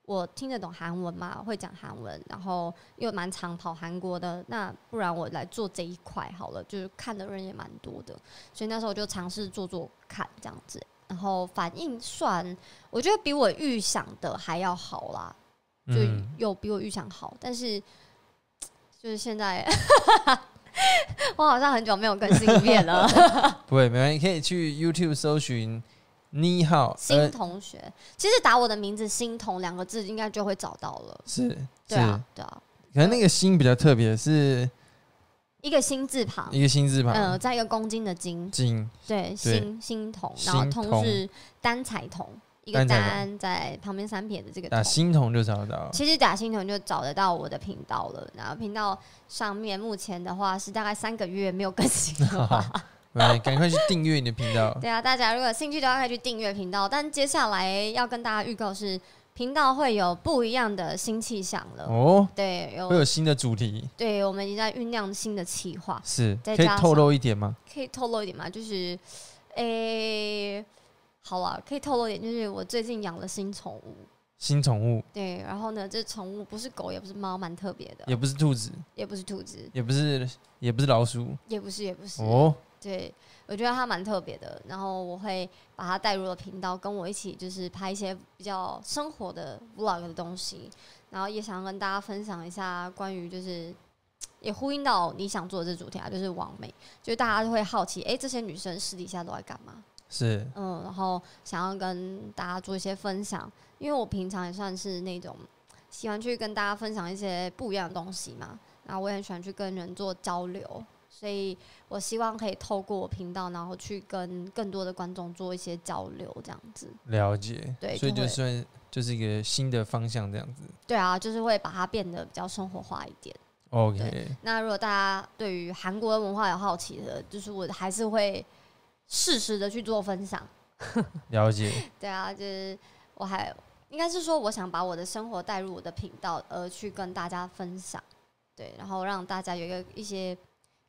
Speaker 2: 我听得懂韩文嘛，会讲韩文，然后又蛮常跑韩国的，那不然我来做这一块好了，就是看的人也蛮多的，所以那时候就尝试做做看这样子，然后反应算我觉得比我预想的还要好啦，就
Speaker 1: 嗯，
Speaker 2: 有比我预想好，但是就是现在 我好像很久没有更新一遍了。
Speaker 1: 不会，没关系，可以去 YouTube 搜寻你好，
Speaker 2: 新
Speaker 1: 呃，
Speaker 2: 同学，其实打我的名字“新同”两个字，应该就会找到了。
Speaker 1: 是是
Speaker 2: 对，啊，对啊，
Speaker 1: 可能那个心比较特别，是
Speaker 2: 一个心字旁，
Speaker 1: 一个心字
Speaker 2: 嗯、
Speaker 1: 旁，
Speaker 2: 再一个公斤的斤，
Speaker 1: 金
Speaker 2: 对，心心同，然后
Speaker 1: 心
Speaker 2: 同
Speaker 1: 同
Speaker 2: 是单彩同，一个
Speaker 1: 单彩
Speaker 2: 单在旁边三撇的这个
Speaker 1: 打
Speaker 2: 同。
Speaker 1: 啊心同就找得到了。
Speaker 2: 其实打心同就找得到我的频道了，然后频道上面目前的话是大概三个月没有更新 了吧。
Speaker 1: 来，赶快去订阅你的频道。
Speaker 2: 对啊，大家如果有兴趣的话，可以去订阅频道。但接下来要跟大家预告是，频道会有不一样的新气象了。
Speaker 1: 哦，
Speaker 2: 对，
Speaker 1: 会
Speaker 2: 有
Speaker 1: 有新的主题，
Speaker 2: 对，我们已经在酝酿新的企划，
Speaker 1: 是
Speaker 2: 再
Speaker 1: 可以
Speaker 2: 加
Speaker 1: 透
Speaker 2: 上
Speaker 1: 露一点吗？
Speaker 2: 可以透露一点吗？就是，诶、好啊，可以透露一点，就是我最近养了新宠物。
Speaker 1: 新宠物
Speaker 2: 对，然后呢，这宠物不是狗，也不是猫，蛮特别的，
Speaker 1: 也不是兔子，
Speaker 2: 也不是兔子，
Speaker 1: 也不是也不是老鼠
Speaker 2: 也不是，也不是。
Speaker 1: 哦，
Speaker 2: 对，我觉得它蛮特别的。然后我会把它带入了频道，跟我一起就是拍一些比较生活的 vlog 的东西，然后也想跟大家分享一下关于就是。也呼应到你想做的这主题啊，就是网美，就是大家都会好奇，哎、这些女生私底下都在干嘛？
Speaker 1: 是
Speaker 2: 嗯，然后想要跟大家做一些分享，因为我平常也算是那种喜欢去跟大家分享一些不一样的东西嘛，然后我也很喜欢去跟人做交流，所以我希望可以透过我频道，然后去跟更多的观众做一些交流，这样子。
Speaker 1: 了解，
Speaker 2: 对
Speaker 1: 所以
Speaker 2: 就
Speaker 1: 就
Speaker 2: 会
Speaker 1: 算就是一个新的方向这样子。
Speaker 2: 对啊，就是会把它变得比较生活化一点。
Speaker 1: OK，
Speaker 2: 那如果大家对于韩国文化有好奇的，就是我还是会适时的去做分享。
Speaker 1: 了解，
Speaker 2: 对啊，就是我还应该是说，我想把我的生活带入我的频道，而去跟大家分享，对，然后让大家有一个一些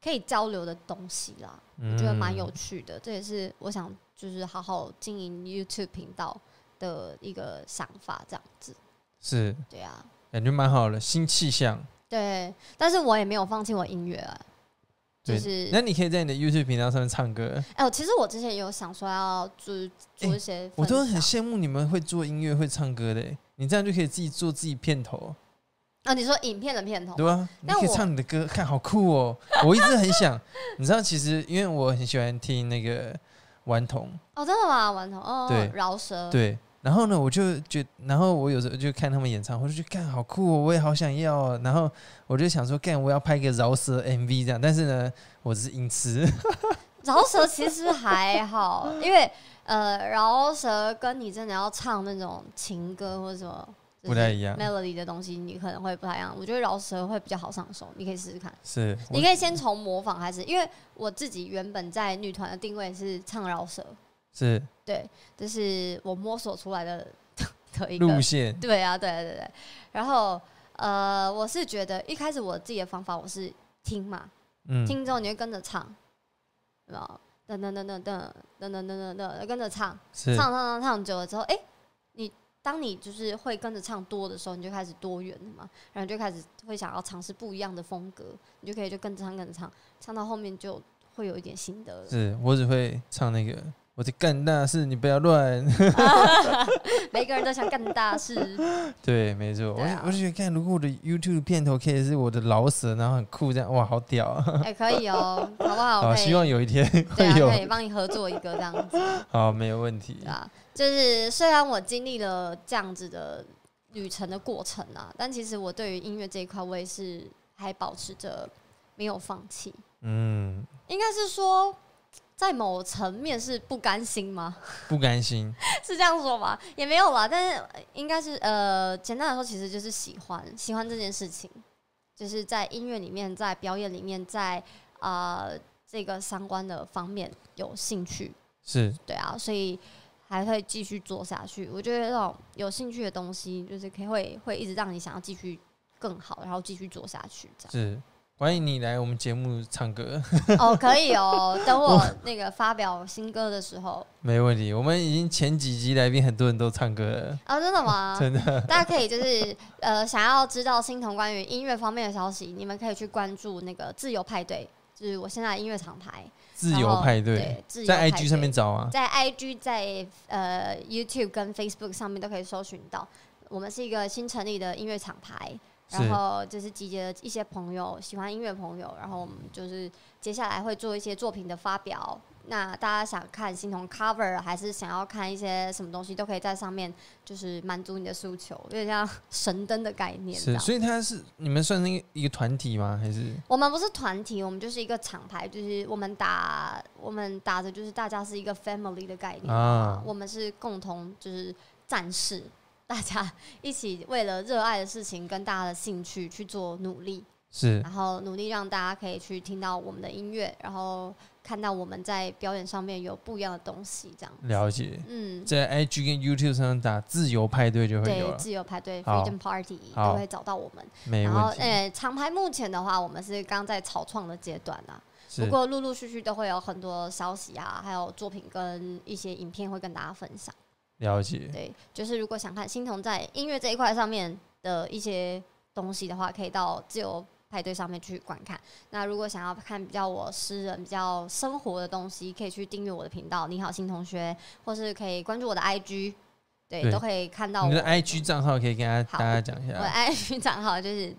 Speaker 2: 可以交流的东西啦， 我
Speaker 1: 嗯
Speaker 2: 觉得蛮有趣的。这也是我想就是好好经营 YouTube 频道的一个想法，这样子。
Speaker 1: 是
Speaker 2: 对啊，
Speaker 1: 感觉蛮好的，新气象。
Speaker 2: 对，但是我也没有放弃我音乐啊。就
Speaker 1: 对，
Speaker 2: 是，
Speaker 1: 那你可以在你的 YouTube 频道上面唱歌。
Speaker 2: 哎、我其实我之前也有想说要就是做一些分享、
Speaker 1: 哎我都很羡慕你们会做音乐、会唱歌的欸，你这样就可以自己做自己片头，
Speaker 2: 啊，你说影片的片头，
Speaker 1: 对啊，你
Speaker 2: 但
Speaker 1: 可以
Speaker 2: 我
Speaker 1: 唱你的歌，看好酷哦！我一直很想，你知道，其实因为我很喜欢听那个顽童，
Speaker 2: 哦，真的吗？顽童，哦，
Speaker 1: 对
Speaker 2: 饶舌，
Speaker 1: 对，然后呢，我就觉，然后我有时候就看他们演唱会，我就觉得看好酷、哦，我也好想要、哦。然后我就想说，干，我要拍一个饶舌 MV 这样，但是呢，我只是音痴，
Speaker 2: 饶舌其实还好，因为呃，饶舌跟你真的要唱那种情歌或者什么。
Speaker 1: 不太一样
Speaker 2: melody 的东西你可能会不太一样，我觉得饶舌会比较好上手，你可以试试看。
Speaker 1: 是
Speaker 2: 你可以先从模仿开始，因为我自己原本在女团的定位是唱饶舌，
Speaker 1: 是
Speaker 2: 对，这是我摸索出来的的一个
Speaker 1: 路线，
Speaker 2: 对啊，对啊对、啊、对、啊。然后呃，我是觉得一开始我自己的方法我是听嘛，
Speaker 1: 嗯，
Speaker 2: 听之后你会跟着唱，对吧？噔噔噔噔噔噔噔噔噔噔，跟着唱，
Speaker 1: 是
Speaker 2: 唱唱唱唱久了之后，哎、你当你就是会跟着唱多的时候，你就开始多元了嘛，然后你就开始会想要尝试不一样的风格，你就可以就跟着唱跟着唱，唱到后面就会有一点心得了。
Speaker 1: 是，我只会唱那个，我在干大事，你不要乱。
Speaker 2: 每个人都想干大事，
Speaker 1: 对，没错，
Speaker 2: 对啊
Speaker 1: 我就我就觉得，看如果我的 YouTube 片头可以是我的老舍，然后很酷，这样哇，好屌啊！
Speaker 2: 哎、可以哦，好不好？
Speaker 1: 好，
Speaker 2: 可以
Speaker 1: 希望哦有一天
Speaker 2: 对
Speaker 1: 会
Speaker 2: 啊，可以
Speaker 1: 有，
Speaker 2: 帮你合作一个这样子。
Speaker 1: 好，没有问题
Speaker 2: 对。啊，就是虽然我经历了这样子的旅程的过程啊，但其实我对于音乐这一块，我也是还保持着没有放弃。
Speaker 1: 嗯，
Speaker 2: 应该是说，在某层面是不甘心吗？
Speaker 1: 不甘心，
Speaker 2: 是这样说吗？也没有啦，但是呃应该是呃，简单来说，其实就是喜欢喜欢这件事情，就是在音乐里面，在表演里面，在呃这个相关的方面有兴趣，
Speaker 1: 是
Speaker 2: 对啊，所以还会继续做下去。我觉得那种有兴趣的东西，就是可以会会一直让你想要继续更好，然后继续做下去这
Speaker 1: 是，欢迎你来我们节目唱歌，
Speaker 2: 样。哦，可以哦，等我那个发表新歌的时候
Speaker 1: 没问题。我们已经前几集来宾很多人都唱歌了，
Speaker 2: 啊，真的吗？
Speaker 1: 真
Speaker 2: 的，大家可以就是呃，想要知道新童关于音乐方面的消息，你们可以去关注那个自由派对，就是我现在的音乐厂牌，
Speaker 1: 自由派对
Speaker 2: 对，自由
Speaker 1: 在
Speaker 2: 派
Speaker 1: IG 上
Speaker 2: 对
Speaker 1: 面找啊，
Speaker 2: 在 IG、在呃 YouTube 跟 Facebook 上面都可以搜寻到。我们是一个新成立的音乐厂牌，
Speaker 1: 是
Speaker 2: 然后就是集结了一些朋友，喜欢音乐朋友，然后我们就是接下来会做一些作品的发表。那大家想看新童 cover，还是想要看一些什么东西，都可以在上面，就是满足你的诉求，有点像神灯的概念这
Speaker 1: 是，
Speaker 2: 样。
Speaker 1: 所以他是你们算是一个团体吗？还是
Speaker 2: 我们不是团体，我们就是一个厂牌，就是我们打我们打的就是大家是一个 family 的概念，
Speaker 1: 啊？
Speaker 2: 嗯我们是共同就是战士，大家一起为了热爱的事情跟大家的兴趣去做努力，
Speaker 1: 是
Speaker 2: 然后努力让大家可以去听到我们的音乐，然后看到我们在表演上面有不一样的东西，这样，
Speaker 1: 了解，
Speaker 2: 嗯，
Speaker 1: 在 IG 跟 YouTube 上打自由派对就会有
Speaker 2: 对，
Speaker 1: 了，
Speaker 2: 自由派对
Speaker 1: 好
Speaker 2: freedom party
Speaker 1: 好
Speaker 2: 都会找到我们。
Speaker 1: 没
Speaker 2: 然后
Speaker 1: 问，题。
Speaker 2: 呃，厂牌目前的话，我们是刚在草创的阶段啊，
Speaker 1: 是
Speaker 2: 不过陆陆续续都会有很多消息啊，还有作品跟一些影片会跟大家分享。
Speaker 1: 了解，
Speaker 2: 对，就是如果想看欣桐在音乐这一块上面的一些东西的话，可以到自由派对上面去观看。那如果想要看比较我私人、比较生活的东西，可以去订阅我的频道“你好，新同学”，或是可以关注我的 IG，对，
Speaker 1: 对
Speaker 2: 都可以看到我
Speaker 1: 你的 IG 账号可以跟大家
Speaker 2: 好
Speaker 1: 大家讲一
Speaker 2: 我的
Speaker 1: 下
Speaker 2: IG 账号就是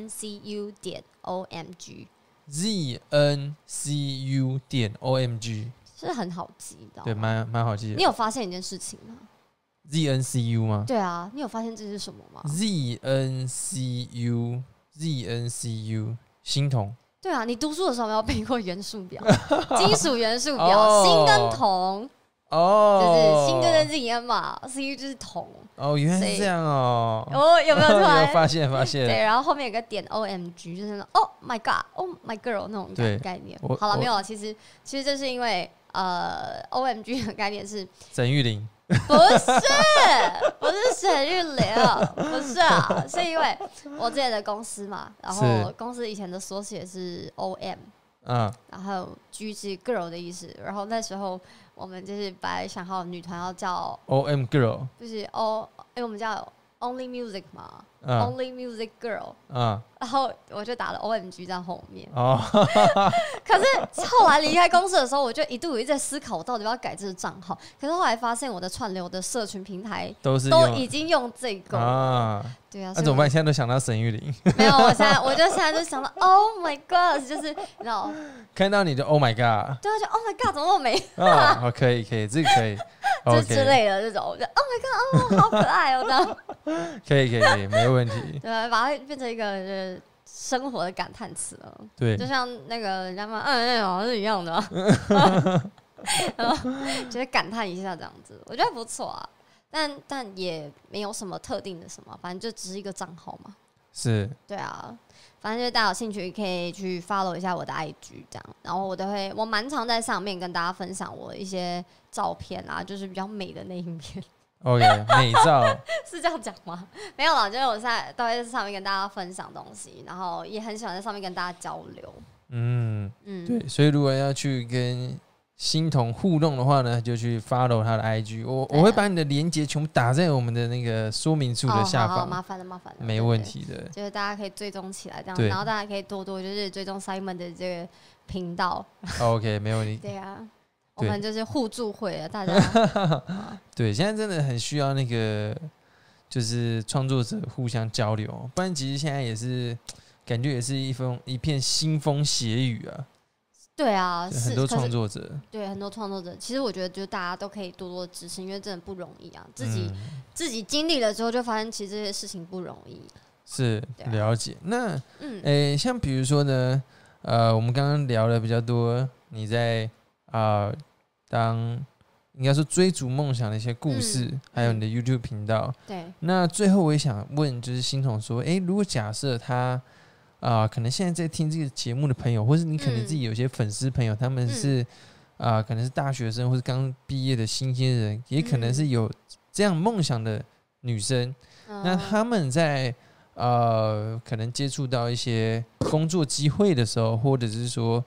Speaker 2: zncu 点 omg，
Speaker 1: ，Z N C U 点 O M G，
Speaker 2: 是很好记的。哦
Speaker 1: 对，蛮蛮好记
Speaker 2: 你
Speaker 1: 的。
Speaker 2: 有发现一件事情吗？
Speaker 1: Z N C U 吗
Speaker 2: 对啊，你有发现这是什么吗？
Speaker 1: ？Z N C U Z N C U 心同
Speaker 2: 对啊，你读书的时候有没有背过元素表、金属元素表、
Speaker 1: 哦
Speaker 2: 锌跟铜，就是
Speaker 1: 哦，
Speaker 2: 锌跟 Zn 嘛，Cu 就是铜。
Speaker 1: 哦，原来
Speaker 2: 所以
Speaker 1: 是这样哦，
Speaker 2: 哦，有没有 突
Speaker 1: 有
Speaker 2: 然？
Speaker 1: 发现发
Speaker 2: 对，
Speaker 1: 现，
Speaker 2: 然后后面有个点 OMG，就是那种 Oh my God，Oh my girl 那种
Speaker 1: 对
Speaker 2: 概概念
Speaker 1: 我。
Speaker 2: 好了，
Speaker 1: 我
Speaker 2: 没有啊，其实其实这是因为呃，OMG 的概念是
Speaker 1: 沈玉玲
Speaker 2: 不是，不是沈玉玲，不是啊，是因为我之前的公司嘛，然后
Speaker 1: 是
Speaker 2: 公司以前的缩写是 OM，
Speaker 1: 啊，
Speaker 2: 然后 G 是 girl 的意思，然后那时候我们就是本来想好女团要叫
Speaker 1: O M Girl，
Speaker 2: 就是 O，因为我们叫 Only Music 嘛、o
Speaker 1: 嗯
Speaker 2: n l y Music Girl，
Speaker 1: 嗯
Speaker 2: 然后我就打了 OMG 在后面。
Speaker 1: 哦，
Speaker 2: 可是后来离开公司的时候，我就一度有在思考，我到底要不要改这个账号。可是后来发现我的串流的社群平台
Speaker 1: 都是
Speaker 2: 都
Speaker 1: 用
Speaker 2: 已经用这个了，
Speaker 1: 啊，
Speaker 2: 对啊，
Speaker 1: 那
Speaker 2: 所以
Speaker 1: 怎么
Speaker 2: 我
Speaker 1: 办？现在都想到沈玉玲，
Speaker 2: 没有，我现在我就现在就想到，Oh my God，就是你知道，
Speaker 1: 看到你就 Oh my God
Speaker 2: 对啊，就 Oh my God，怎么那么美，
Speaker 1: 啊， 好，可以可以，这个可以
Speaker 2: 就之
Speaker 1: ，OK，
Speaker 2: 类的 这种，我就 Oh my God，哦，好可爱哦，这样，
Speaker 1: 可以可以可以，没问题，
Speaker 2: 对，把它变成一个就是生活的感叹词了，
Speaker 1: 对
Speaker 2: 就，像那个人家嘛，嗯嗯，好像是一样的啊，然后就是感叹一下这样子，我觉得不错啊。但但也没有什么特定的什么，反正就只是一个账号嘛。
Speaker 1: 是
Speaker 2: 对啊，反正就是大家有兴趣可以去 follow 一下我的 IG 这样，然后我都会我蛮常在上面跟大家分享我一些照片啊，就是比较美的那一面，
Speaker 1: OK，美照
Speaker 2: 是这样讲吗？没有啦，就是我现在都会在上面跟大家分享东西，然后也很喜欢在上面跟大家交流。
Speaker 1: 嗯，
Speaker 2: 嗯，
Speaker 1: 对，所以如果要去跟欣桐互动的话呢，就去 follow 他的 IG，我
Speaker 2: 对啊
Speaker 1: 我会把你的链接全部打在我们的那个说明处的下
Speaker 2: 哦、好好
Speaker 1: 方，
Speaker 2: 麻烦了，麻烦了，
Speaker 1: 没
Speaker 2: 对
Speaker 1: 问。
Speaker 2: 对
Speaker 1: 题的，
Speaker 2: 就是大家可以追踪起来这样，
Speaker 1: 对
Speaker 2: 然后大家可以多多就是追踪 Simon 的这个频道，
Speaker 1: OK，没问题。
Speaker 2: 对啊，我
Speaker 1: 对
Speaker 2: 们就是互助会 了，大家
Speaker 1: 对，现在真的很需要那个，就是创作者互相交流，不然其实现在也是感觉也是一封一片腥风血雨啊，
Speaker 2: 对啊，
Speaker 1: 对
Speaker 2: 是
Speaker 1: 很多
Speaker 2: 可是
Speaker 1: 创作者
Speaker 2: 对很多创作者，其实我觉得就大家都可以多多支持，因为真的不容易啊。自己、
Speaker 1: 嗯
Speaker 2: 自己经历了之后，就发现其实这些事情不容易。
Speaker 1: 是
Speaker 2: 对啊
Speaker 1: 了解。那
Speaker 2: 嗯，
Speaker 1: 诶、像比如说呢，呃，我们刚刚聊了比较多，你在啊、当应该说追逐梦想的一些故
Speaker 2: 嗯
Speaker 1: 事，还有你的 YouTube 频道，
Speaker 2: 对，
Speaker 1: 那最后我也想问，就是新彤说，诶，如果假设他啊、可能现在在听这个节目的朋友，或是你可能
Speaker 2: 嗯
Speaker 1: 自己有些粉丝朋友，他们是啊、可能是大学生或是刚毕业的新鲜人，也可能
Speaker 2: 嗯
Speaker 1: 是有这样梦想的女生，
Speaker 2: 嗯
Speaker 1: 那他们在呃，可能接触到一些工作机会的时候，或者是说，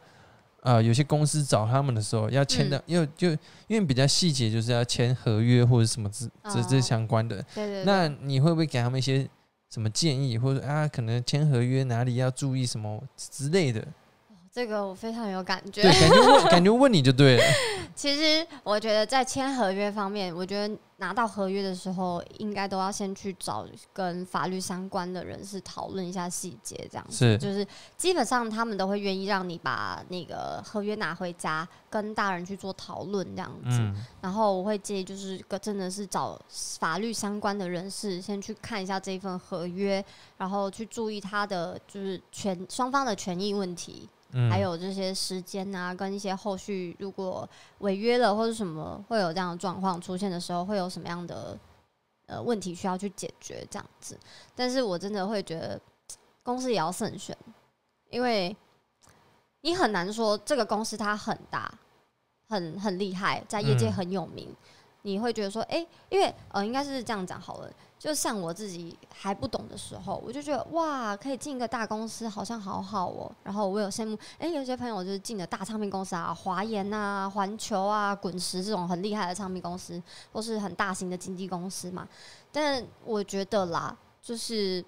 Speaker 1: 呃，有些公司找他们的时候，要签
Speaker 2: 嗯
Speaker 1: 的，要就因为比较细节，就是要签合约或者什么之这这
Speaker 2: 哦
Speaker 1: 相关的。
Speaker 2: 对对对
Speaker 1: 那你会不会给他们一些什么建议，或者啊，可能签合约哪里要注意什么之类的？
Speaker 2: 这个我非常有感觉
Speaker 1: 对，。感觉问感觉问你就对了，
Speaker 2: 其实我觉得在签合约方面，我觉得拿到合约的时候，应该都要先去找跟法律相关的人士讨论一下细节，这样子。
Speaker 1: 是
Speaker 2: 就是基本上他们都会愿意让你把那个合约拿回家，跟大人去做讨论这样子。
Speaker 1: 嗯，
Speaker 2: 然后我会建议，就是跟真的是找法律相关的人士先去看一下这一份合约，然后去注意他的就是权双方的权益问题，
Speaker 1: 嗯
Speaker 2: 还有这些时间啊，跟一些后续如果违约了或者什么会有这样的状况出现的时候，会有什么样的呃问题需要去解决这样子。但是我真的会觉得公司也要慎选，因为你很难说这个公司它很大，很很厉害，在业界
Speaker 1: 嗯
Speaker 2: 很有名。你会觉得说，哎、因为呃，应该是这样讲好了。就像我自己还不懂的时候，我就觉得哇，可以进一个大公司，好像好好哦、然后我有羡慕，哎、有些朋友就是进了大唱片公司啊，华研啊、环球啊、滚石这种很厉害的唱片公司，或是很大型的经纪公司嘛。但我觉得啦，就是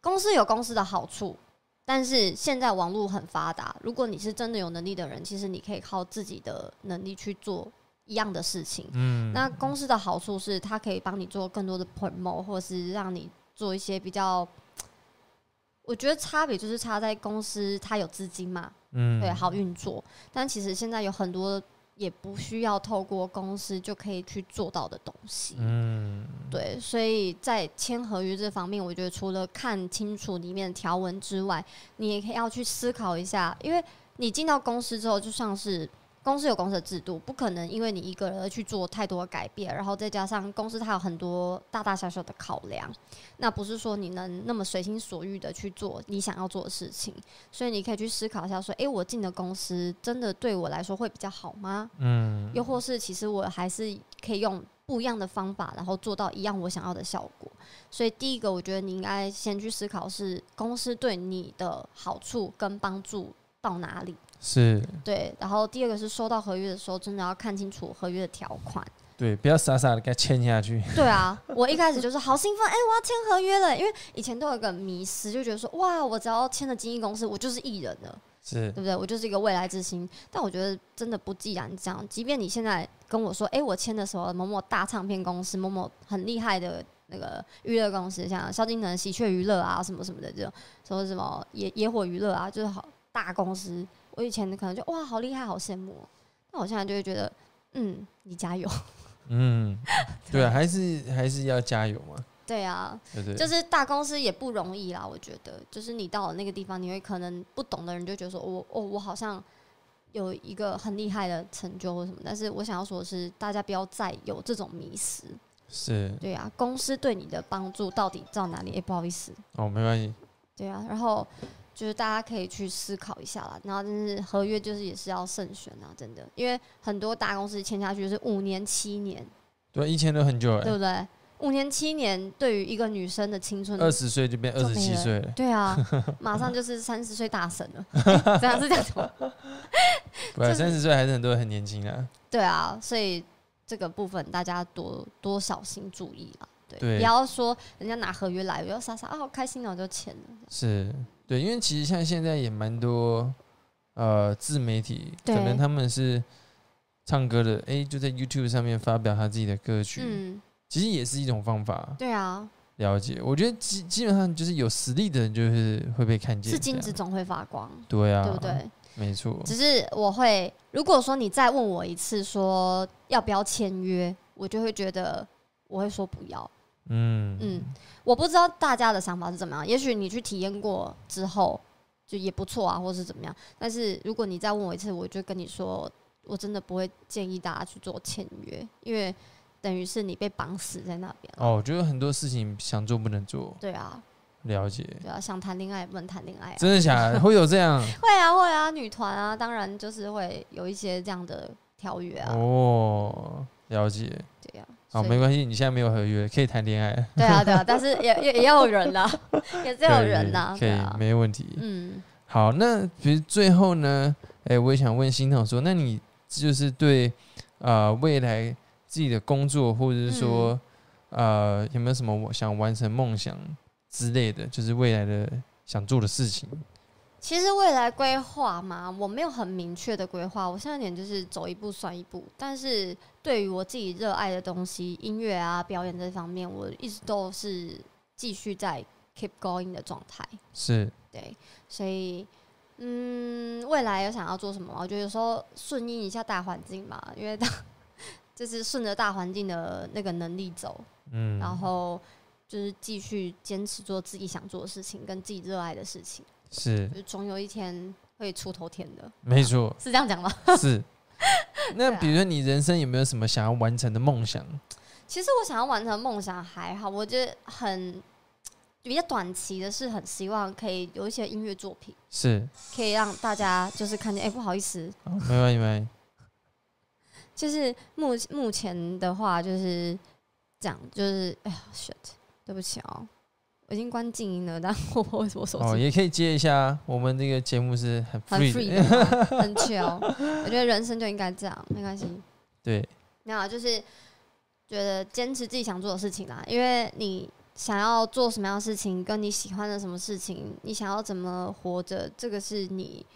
Speaker 2: 公司有公司的好处，但是现在网络很发达，如果你是真的有能力的人，其实你可以靠自己的能力去做一样的事情。
Speaker 1: 嗯
Speaker 2: 那公司的好处是，它可以帮你做更多的 promo，或是让你做一些比较。我觉得差别就是差在公司它有资金嘛，
Speaker 1: 嗯
Speaker 2: 对，好运作。但其实现在有很多也不需要透过公司就可以去做到的东西。
Speaker 1: 嗯
Speaker 2: 对，所以在签合约这方面，我觉得除了看清楚里面的条文之外，你也可以要去思考一下，因为你进到公司之后，就像是公司有公司的制度，不可能因为你一个人而去做太多的改变，然后再加上公司它有很多大大小小的考量，那不是说你能那么随心所欲的去做你想要做的事情，所以你可以去思考一下，说，诶，我进的公司真的对我来说会比较好吗？
Speaker 1: 嗯
Speaker 2: 又或是其实我还是可以用不一样的方法，然后做到一样我想要的效果。所以第一个，我觉得你应该先去思考是公司对你的好处跟帮助到哪里。
Speaker 1: 是
Speaker 2: 对，然后第二个是收到合约的时候，真的要看清楚合约的条款。
Speaker 1: 对，不要傻傻的给它签下去，
Speaker 2: 对啊，我一开始就是好兴奋，哎、我要签合约了，因为以前都有一个迷失，就觉得说哇，我只要签了经纪公司，我就是艺人了。
Speaker 1: 是
Speaker 2: 对不对？我就是一个未来之星，但我觉得真的不既然这样，即便你现在跟我说，哎、我签的时候某某大唱片公司，某某很厉害的那个娱乐公司，像萧敬腾、喜鹊娱乐啊，什么什么的，这种说什么野野火娱乐啊，就是好大公司。我以前可能就哇，好厉害，好羡慕哦。那我现在就会觉得，嗯，你加油。
Speaker 1: 嗯，对啊，还是还是要加油嘛，
Speaker 2: 对啊，
Speaker 1: 对不对？
Speaker 2: 就是大公司也不容易啦，我觉得，就是你到了那个地方，你会可能不懂的人就觉得说，我哦，我好像有一个很厉害的成就或什么，但是我想要说的是，大家不要再有这种迷失。
Speaker 1: 是
Speaker 2: 对啊，公司对你的帮助到底到哪里？哎、不好意思，
Speaker 1: 哦，没关系，
Speaker 2: 对啊，然后就是大家可以去思考一下啦。然后但是合约就是也是要慎选啊，真的，因为很多大公司签下去就是五年、七年，
Speaker 1: 对啊，以前都很久了，
Speaker 2: 对不对？五年、七年对于一个女生的青春
Speaker 1: 二十岁就变二
Speaker 2: 就
Speaker 1: 十
Speaker 2: 没
Speaker 1: 七
Speaker 2: 了
Speaker 1: 岁了，
Speaker 2: 对啊，马上就是三十岁大神了，欸这样是这样子吗？
Speaker 1: 对啊，
Speaker 2: 就是
Speaker 1: 三十岁还是很多人很年轻啊，
Speaker 2: 对啊，所以这个部分大家多多小心注意啦。对，
Speaker 1: 对
Speaker 2: 不要说人家拿合约来，不要傻傻啊，好开心哦，我就签了。
Speaker 1: 是对，因为其实像现在也蛮多呃自媒体，可
Speaker 2: 对
Speaker 1: 能他们是唱歌的，哎、就在 YouTube 上面发表他自己的歌曲，
Speaker 2: 嗯，
Speaker 1: 其实也是一种方法
Speaker 2: 对啊，
Speaker 1: 了解。我觉得基基本上就是有实力的人就是会被看见，
Speaker 2: 是金子，总会发光，
Speaker 1: 对啊，
Speaker 2: 对不对？
Speaker 1: 没错，
Speaker 2: 只是我会，如果说你再问我一次说要不要签约，我就会觉得我会说不要。
Speaker 1: 嗯
Speaker 2: 嗯，我不知道大家的想法是怎么样，也许你去体验过之后就也不错啊，或是怎么样。但是如果你再问我一次，我就跟你说，我真的不会建议大家去做签约，因为等于是你被绑死在那边了。
Speaker 1: 哦，我觉得很多事情想做不能做，
Speaker 2: 对啊，
Speaker 1: 了解，
Speaker 2: 对啊，想谈恋爱也不 能谈恋爱、啊。
Speaker 1: 真的假的？会有这样？
Speaker 2: 会啊，会啊，女团啊，当然就是会有一些这样的条约啊，
Speaker 1: 哦，了解，
Speaker 2: 对啊。
Speaker 1: 好，
Speaker 2: 所以
Speaker 1: 哦没关系，你现在没有合约，可以谈恋爱了，
Speaker 2: 对啊，对啊，但是也也也有人啦， 也是有人啦，
Speaker 1: 可
Speaker 2: 对
Speaker 1: 以，
Speaker 2: 啊，
Speaker 1: 没问题，
Speaker 2: 嗯，
Speaker 1: 好，那其实最后呢，哎、我也想问欣桐说，那你就是对呃未来自己的工作，或者是
Speaker 2: 嗯
Speaker 1: 说、呃有没有什么我想完成梦想之类的，就是未来的想做的事情？
Speaker 2: 其实未来规划嘛，我没有很明确的规划，我现在点就是走一步算一步。但是对于我自己热爱的东西，音乐啊、表演这方面，我一直都是继续在 keep going 的状态。
Speaker 1: 是
Speaker 2: 对，所以嗯，未来有想要做什么吗？我觉得有时候顺应一下大环境嘛，因为大 就是顺着大环境的那个能力走，
Speaker 1: 嗯，
Speaker 2: 然后就是继续坚持做自己想做的事情，跟自己热爱的事情，
Speaker 1: 是
Speaker 2: 就是总有一天会出头天的，
Speaker 1: 没错，
Speaker 2: 是这样讲吗？
Speaker 1: 是。那
Speaker 2: 对啊
Speaker 1: 比如说你人生有没有什么想要完成的梦想？
Speaker 2: 其实我想要完成的梦想还好，我觉得很比较短期的是很希望可以有一些音乐作品，
Speaker 1: 是，
Speaker 2: 可以让大家就是看见。哎、不好意思，
Speaker 1: 好没关系，没 关系。
Speaker 2: 就是目目前的话，就是这样，就是哎呀，shit，对不起哦，我已经关静音了，但我我我手
Speaker 1: 哦，
Speaker 2: 机
Speaker 1: 也可以接一下啊，我们这个节目是很
Speaker 2: 很
Speaker 1: free 的
Speaker 2: free，的嘛很 chill。我觉得人生就应该这样，没关系。
Speaker 1: 对，
Speaker 2: 没有啊，就是觉得坚持自己想做的事情啦，因为你想要做什么样的事情，跟你喜欢的什么事情，你想要怎么活着，这个是你，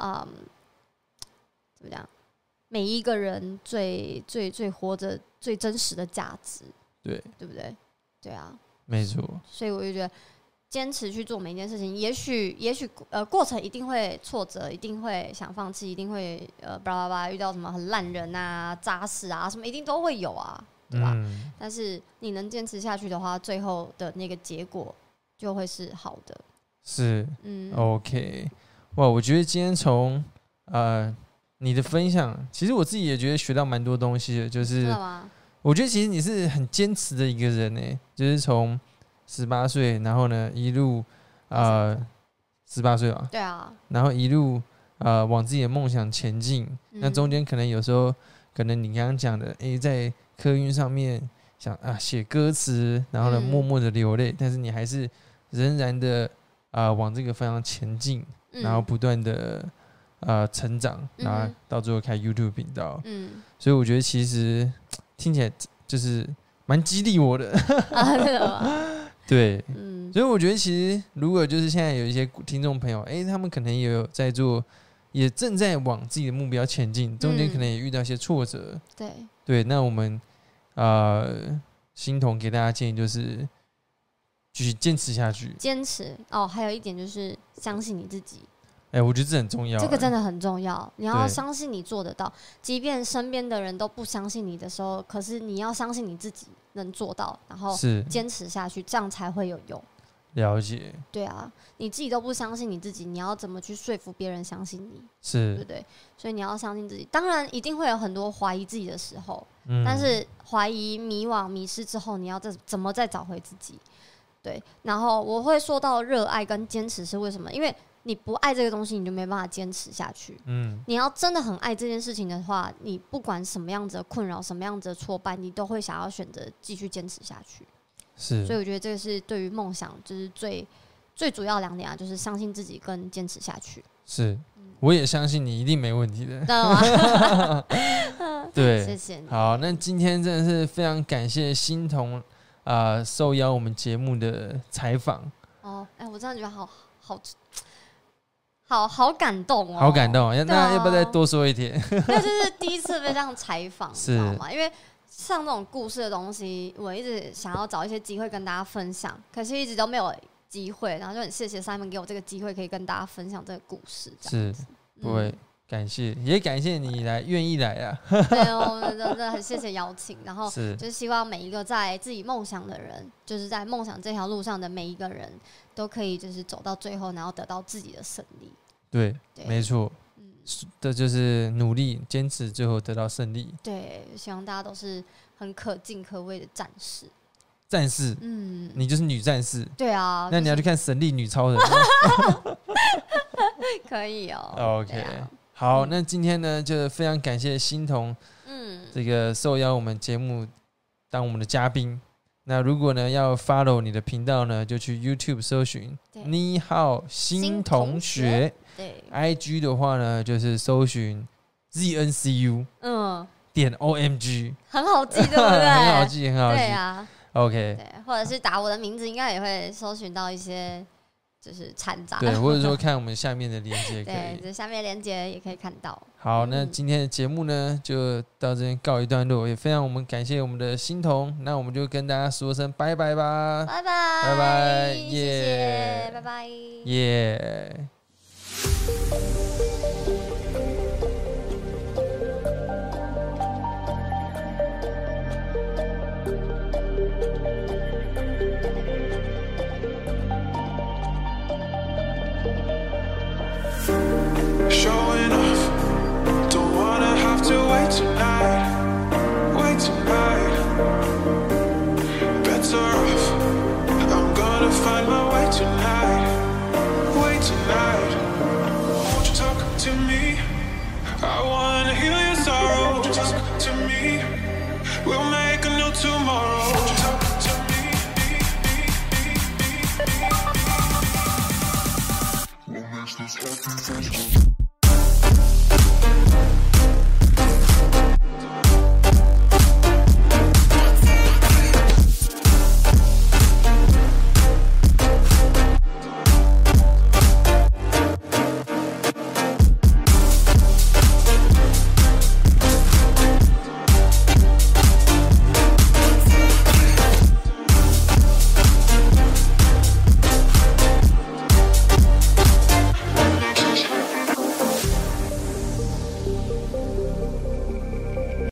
Speaker 2: 嗯，怎么讲？每一个人最最最活着最真实的价值，
Speaker 1: 对，
Speaker 2: 对不对？对啊，
Speaker 1: 没错，
Speaker 2: 所以我就觉得坚持去做每一件事情，也许也许呃过程一定会挫折，一定会想放弃，一定会呃巴拉巴拉遇到什么很烂人啊、渣事啊什么，一定都会有啊，对吧？
Speaker 1: 嗯，
Speaker 2: 但是你能坚持下去的话，最后的那个结果就会是好的。
Speaker 1: 是
Speaker 2: 嗯，
Speaker 1: 哦 OK。哇，我觉得今天从呃你的分享，其实我自己也觉得学到蛮多东西的，就
Speaker 2: 知
Speaker 1: 是
Speaker 2: 道吗？
Speaker 1: 我觉得其实你是很坚持的一个人呢，就是从十八岁，然后呢一路呃十八岁啊，
Speaker 2: 对啊，
Speaker 1: 然后一路呃往自己的梦想前进。那
Speaker 2: 嗯
Speaker 1: 中间可能有时候，可能你刚刚讲的，诶、在客运上面想啊写歌词，然后呢
Speaker 2: 嗯
Speaker 1: 默默的流泪，但是你还是仍然的啊、呃往这个方向前进，
Speaker 2: 嗯
Speaker 1: 然后不断的呃成长，
Speaker 2: 嗯哼
Speaker 1: 然后到最后开 YouTube 频道。
Speaker 2: 嗯
Speaker 1: 所以我觉得其实听起来就是蛮激励我的，
Speaker 2: 啊，真的吗？
Speaker 1: 对。
Speaker 2: 嗯
Speaker 1: 所以我觉得，其实如果就是现在有一些听众朋友，诶，他们可能也有在做，也正在往自己的目标前进，中间
Speaker 2: 嗯
Speaker 1: 可能也遇到一些挫折。
Speaker 2: 对，
Speaker 1: 对，那我们呃，欣桐给大家建议就是，继续坚持下去。
Speaker 2: 坚持哦，还有一点就是相信你自己。
Speaker 1: 哎、我觉得这很重要、
Speaker 2: 这个真
Speaker 1: 的
Speaker 2: 的很重要，你要
Speaker 1: 对
Speaker 2: 相信你做得到，即便身边的人都不相信你的时候，可是你要相信你自己能做到，然后
Speaker 1: 是
Speaker 2: 坚持下去，这样才会有用。
Speaker 1: 了解，
Speaker 2: 对啊，你自己都不相信你自己，你要怎么去说服别人相信你，对不
Speaker 1: 是，
Speaker 2: 对？所以你要相信自己。当然，一定会有很多怀疑自己的时候，
Speaker 1: 嗯，
Speaker 2: 但是怀疑、迷惘、迷失之后，你要再怎么再找回自己？对，然后我会说到热爱跟坚持是为什么？因为你不爱这个东西，你就没办法坚持下去。
Speaker 1: 嗯，
Speaker 2: 你要真的很爱这件事情的话，你不管什么样子的困扰、什么样子的挫败，你都会想要选择继续坚持下去。所以
Speaker 1: 是
Speaker 2: 我觉得这个是对于梦想，就是最最主要两点啊，就是相信自己跟坚持下 去，
Speaker 1: 是，我也相信你一定没问题
Speaker 2: 知
Speaker 1: 的。
Speaker 2: 道吗？
Speaker 1: 对，
Speaker 2: 谢谢你，
Speaker 1: 好，那今天真的是非常感谢欣桐啊、呃受邀我们节目的采访，
Speaker 2: 哦，哎、我真的觉得好好好好感动哦，
Speaker 1: 好感。动。要那
Speaker 2: 对啊
Speaker 1: 要不要再多说一点？
Speaker 2: 那就是第一次被这样采访，你
Speaker 1: 是
Speaker 2: 知道吗？因为像这种故事的东西，我一直想要找一些机会跟大家分享，可是一直都没有机会。然后就很谢谢 Simon 给我这个机会，可以跟大家分享这个故事。这样
Speaker 1: 是，
Speaker 2: 嗯
Speaker 1: 不会，感谢，也感谢你来愿意来啊。
Speaker 2: 嗯对，我们真的很谢谢邀请。然后
Speaker 1: 是，
Speaker 2: 就是希望每一个在自己梦想的人，就是在梦想这条路上的每一个人都可以，就是走到最后，然后得到自己的胜利。
Speaker 1: 对，
Speaker 2: 对，
Speaker 1: 没错，
Speaker 2: 嗯，
Speaker 1: 这就是努力坚持，最后得到胜利。
Speaker 2: 对，希望大家都是很可敬可畏的战士。
Speaker 1: 战士，
Speaker 2: 嗯，
Speaker 1: 你就是女战士。
Speaker 2: 对啊，
Speaker 1: 那
Speaker 2: 就
Speaker 1: 你要去看《神力女超 人》
Speaker 2: 可以哦。对
Speaker 1: OK，
Speaker 2: 啊
Speaker 1: 好，
Speaker 2: 嗯
Speaker 1: 那今天呢，就是非常感谢欣桐
Speaker 2: 嗯，
Speaker 1: 这个受邀我们节目当我们的嘉宾。那如果呢要 follow 你的频道呢，就去 YouTube 搜寻
Speaker 2: 对
Speaker 1: 你好新同学
Speaker 2: 对，
Speaker 1: ，IG 的话呢就是搜寻 ZNCU
Speaker 2: 嗯，
Speaker 1: 点 OMG，
Speaker 2: 很好 记，对不对？
Speaker 1: 很好记，很好记
Speaker 2: 对。啊，
Speaker 1: OK，
Speaker 2: 对，或者是打我的名字，应该也会搜寻到一些就是掺杂。
Speaker 1: 对，或者说看我们下面的链接可
Speaker 2: 啊对，
Speaker 1: 以。
Speaker 2: 这下面链接也可以看到。
Speaker 1: 好，那
Speaker 2: 嗯
Speaker 1: 今天的节目呢，就到这边告一段落，也非常我们感谢我们的欣桐，那我们就跟大家说声拜拜吧，
Speaker 2: 拜拜，
Speaker 1: 啊拜拜
Speaker 2: 谢
Speaker 1: 耶
Speaker 2: 谢，拜拜。
Speaker 1: 耶、
Speaker 3: Showing off, don't wanna have to wait tonight. Wait tonight. Better off, I'm gonna find my way tonight. Wait tonight. Won't you talk to me? I wanna heal your sorrow. Won't you talk to me? We'll make a new tomorrow. Won't you talk to me? We'll make this happen.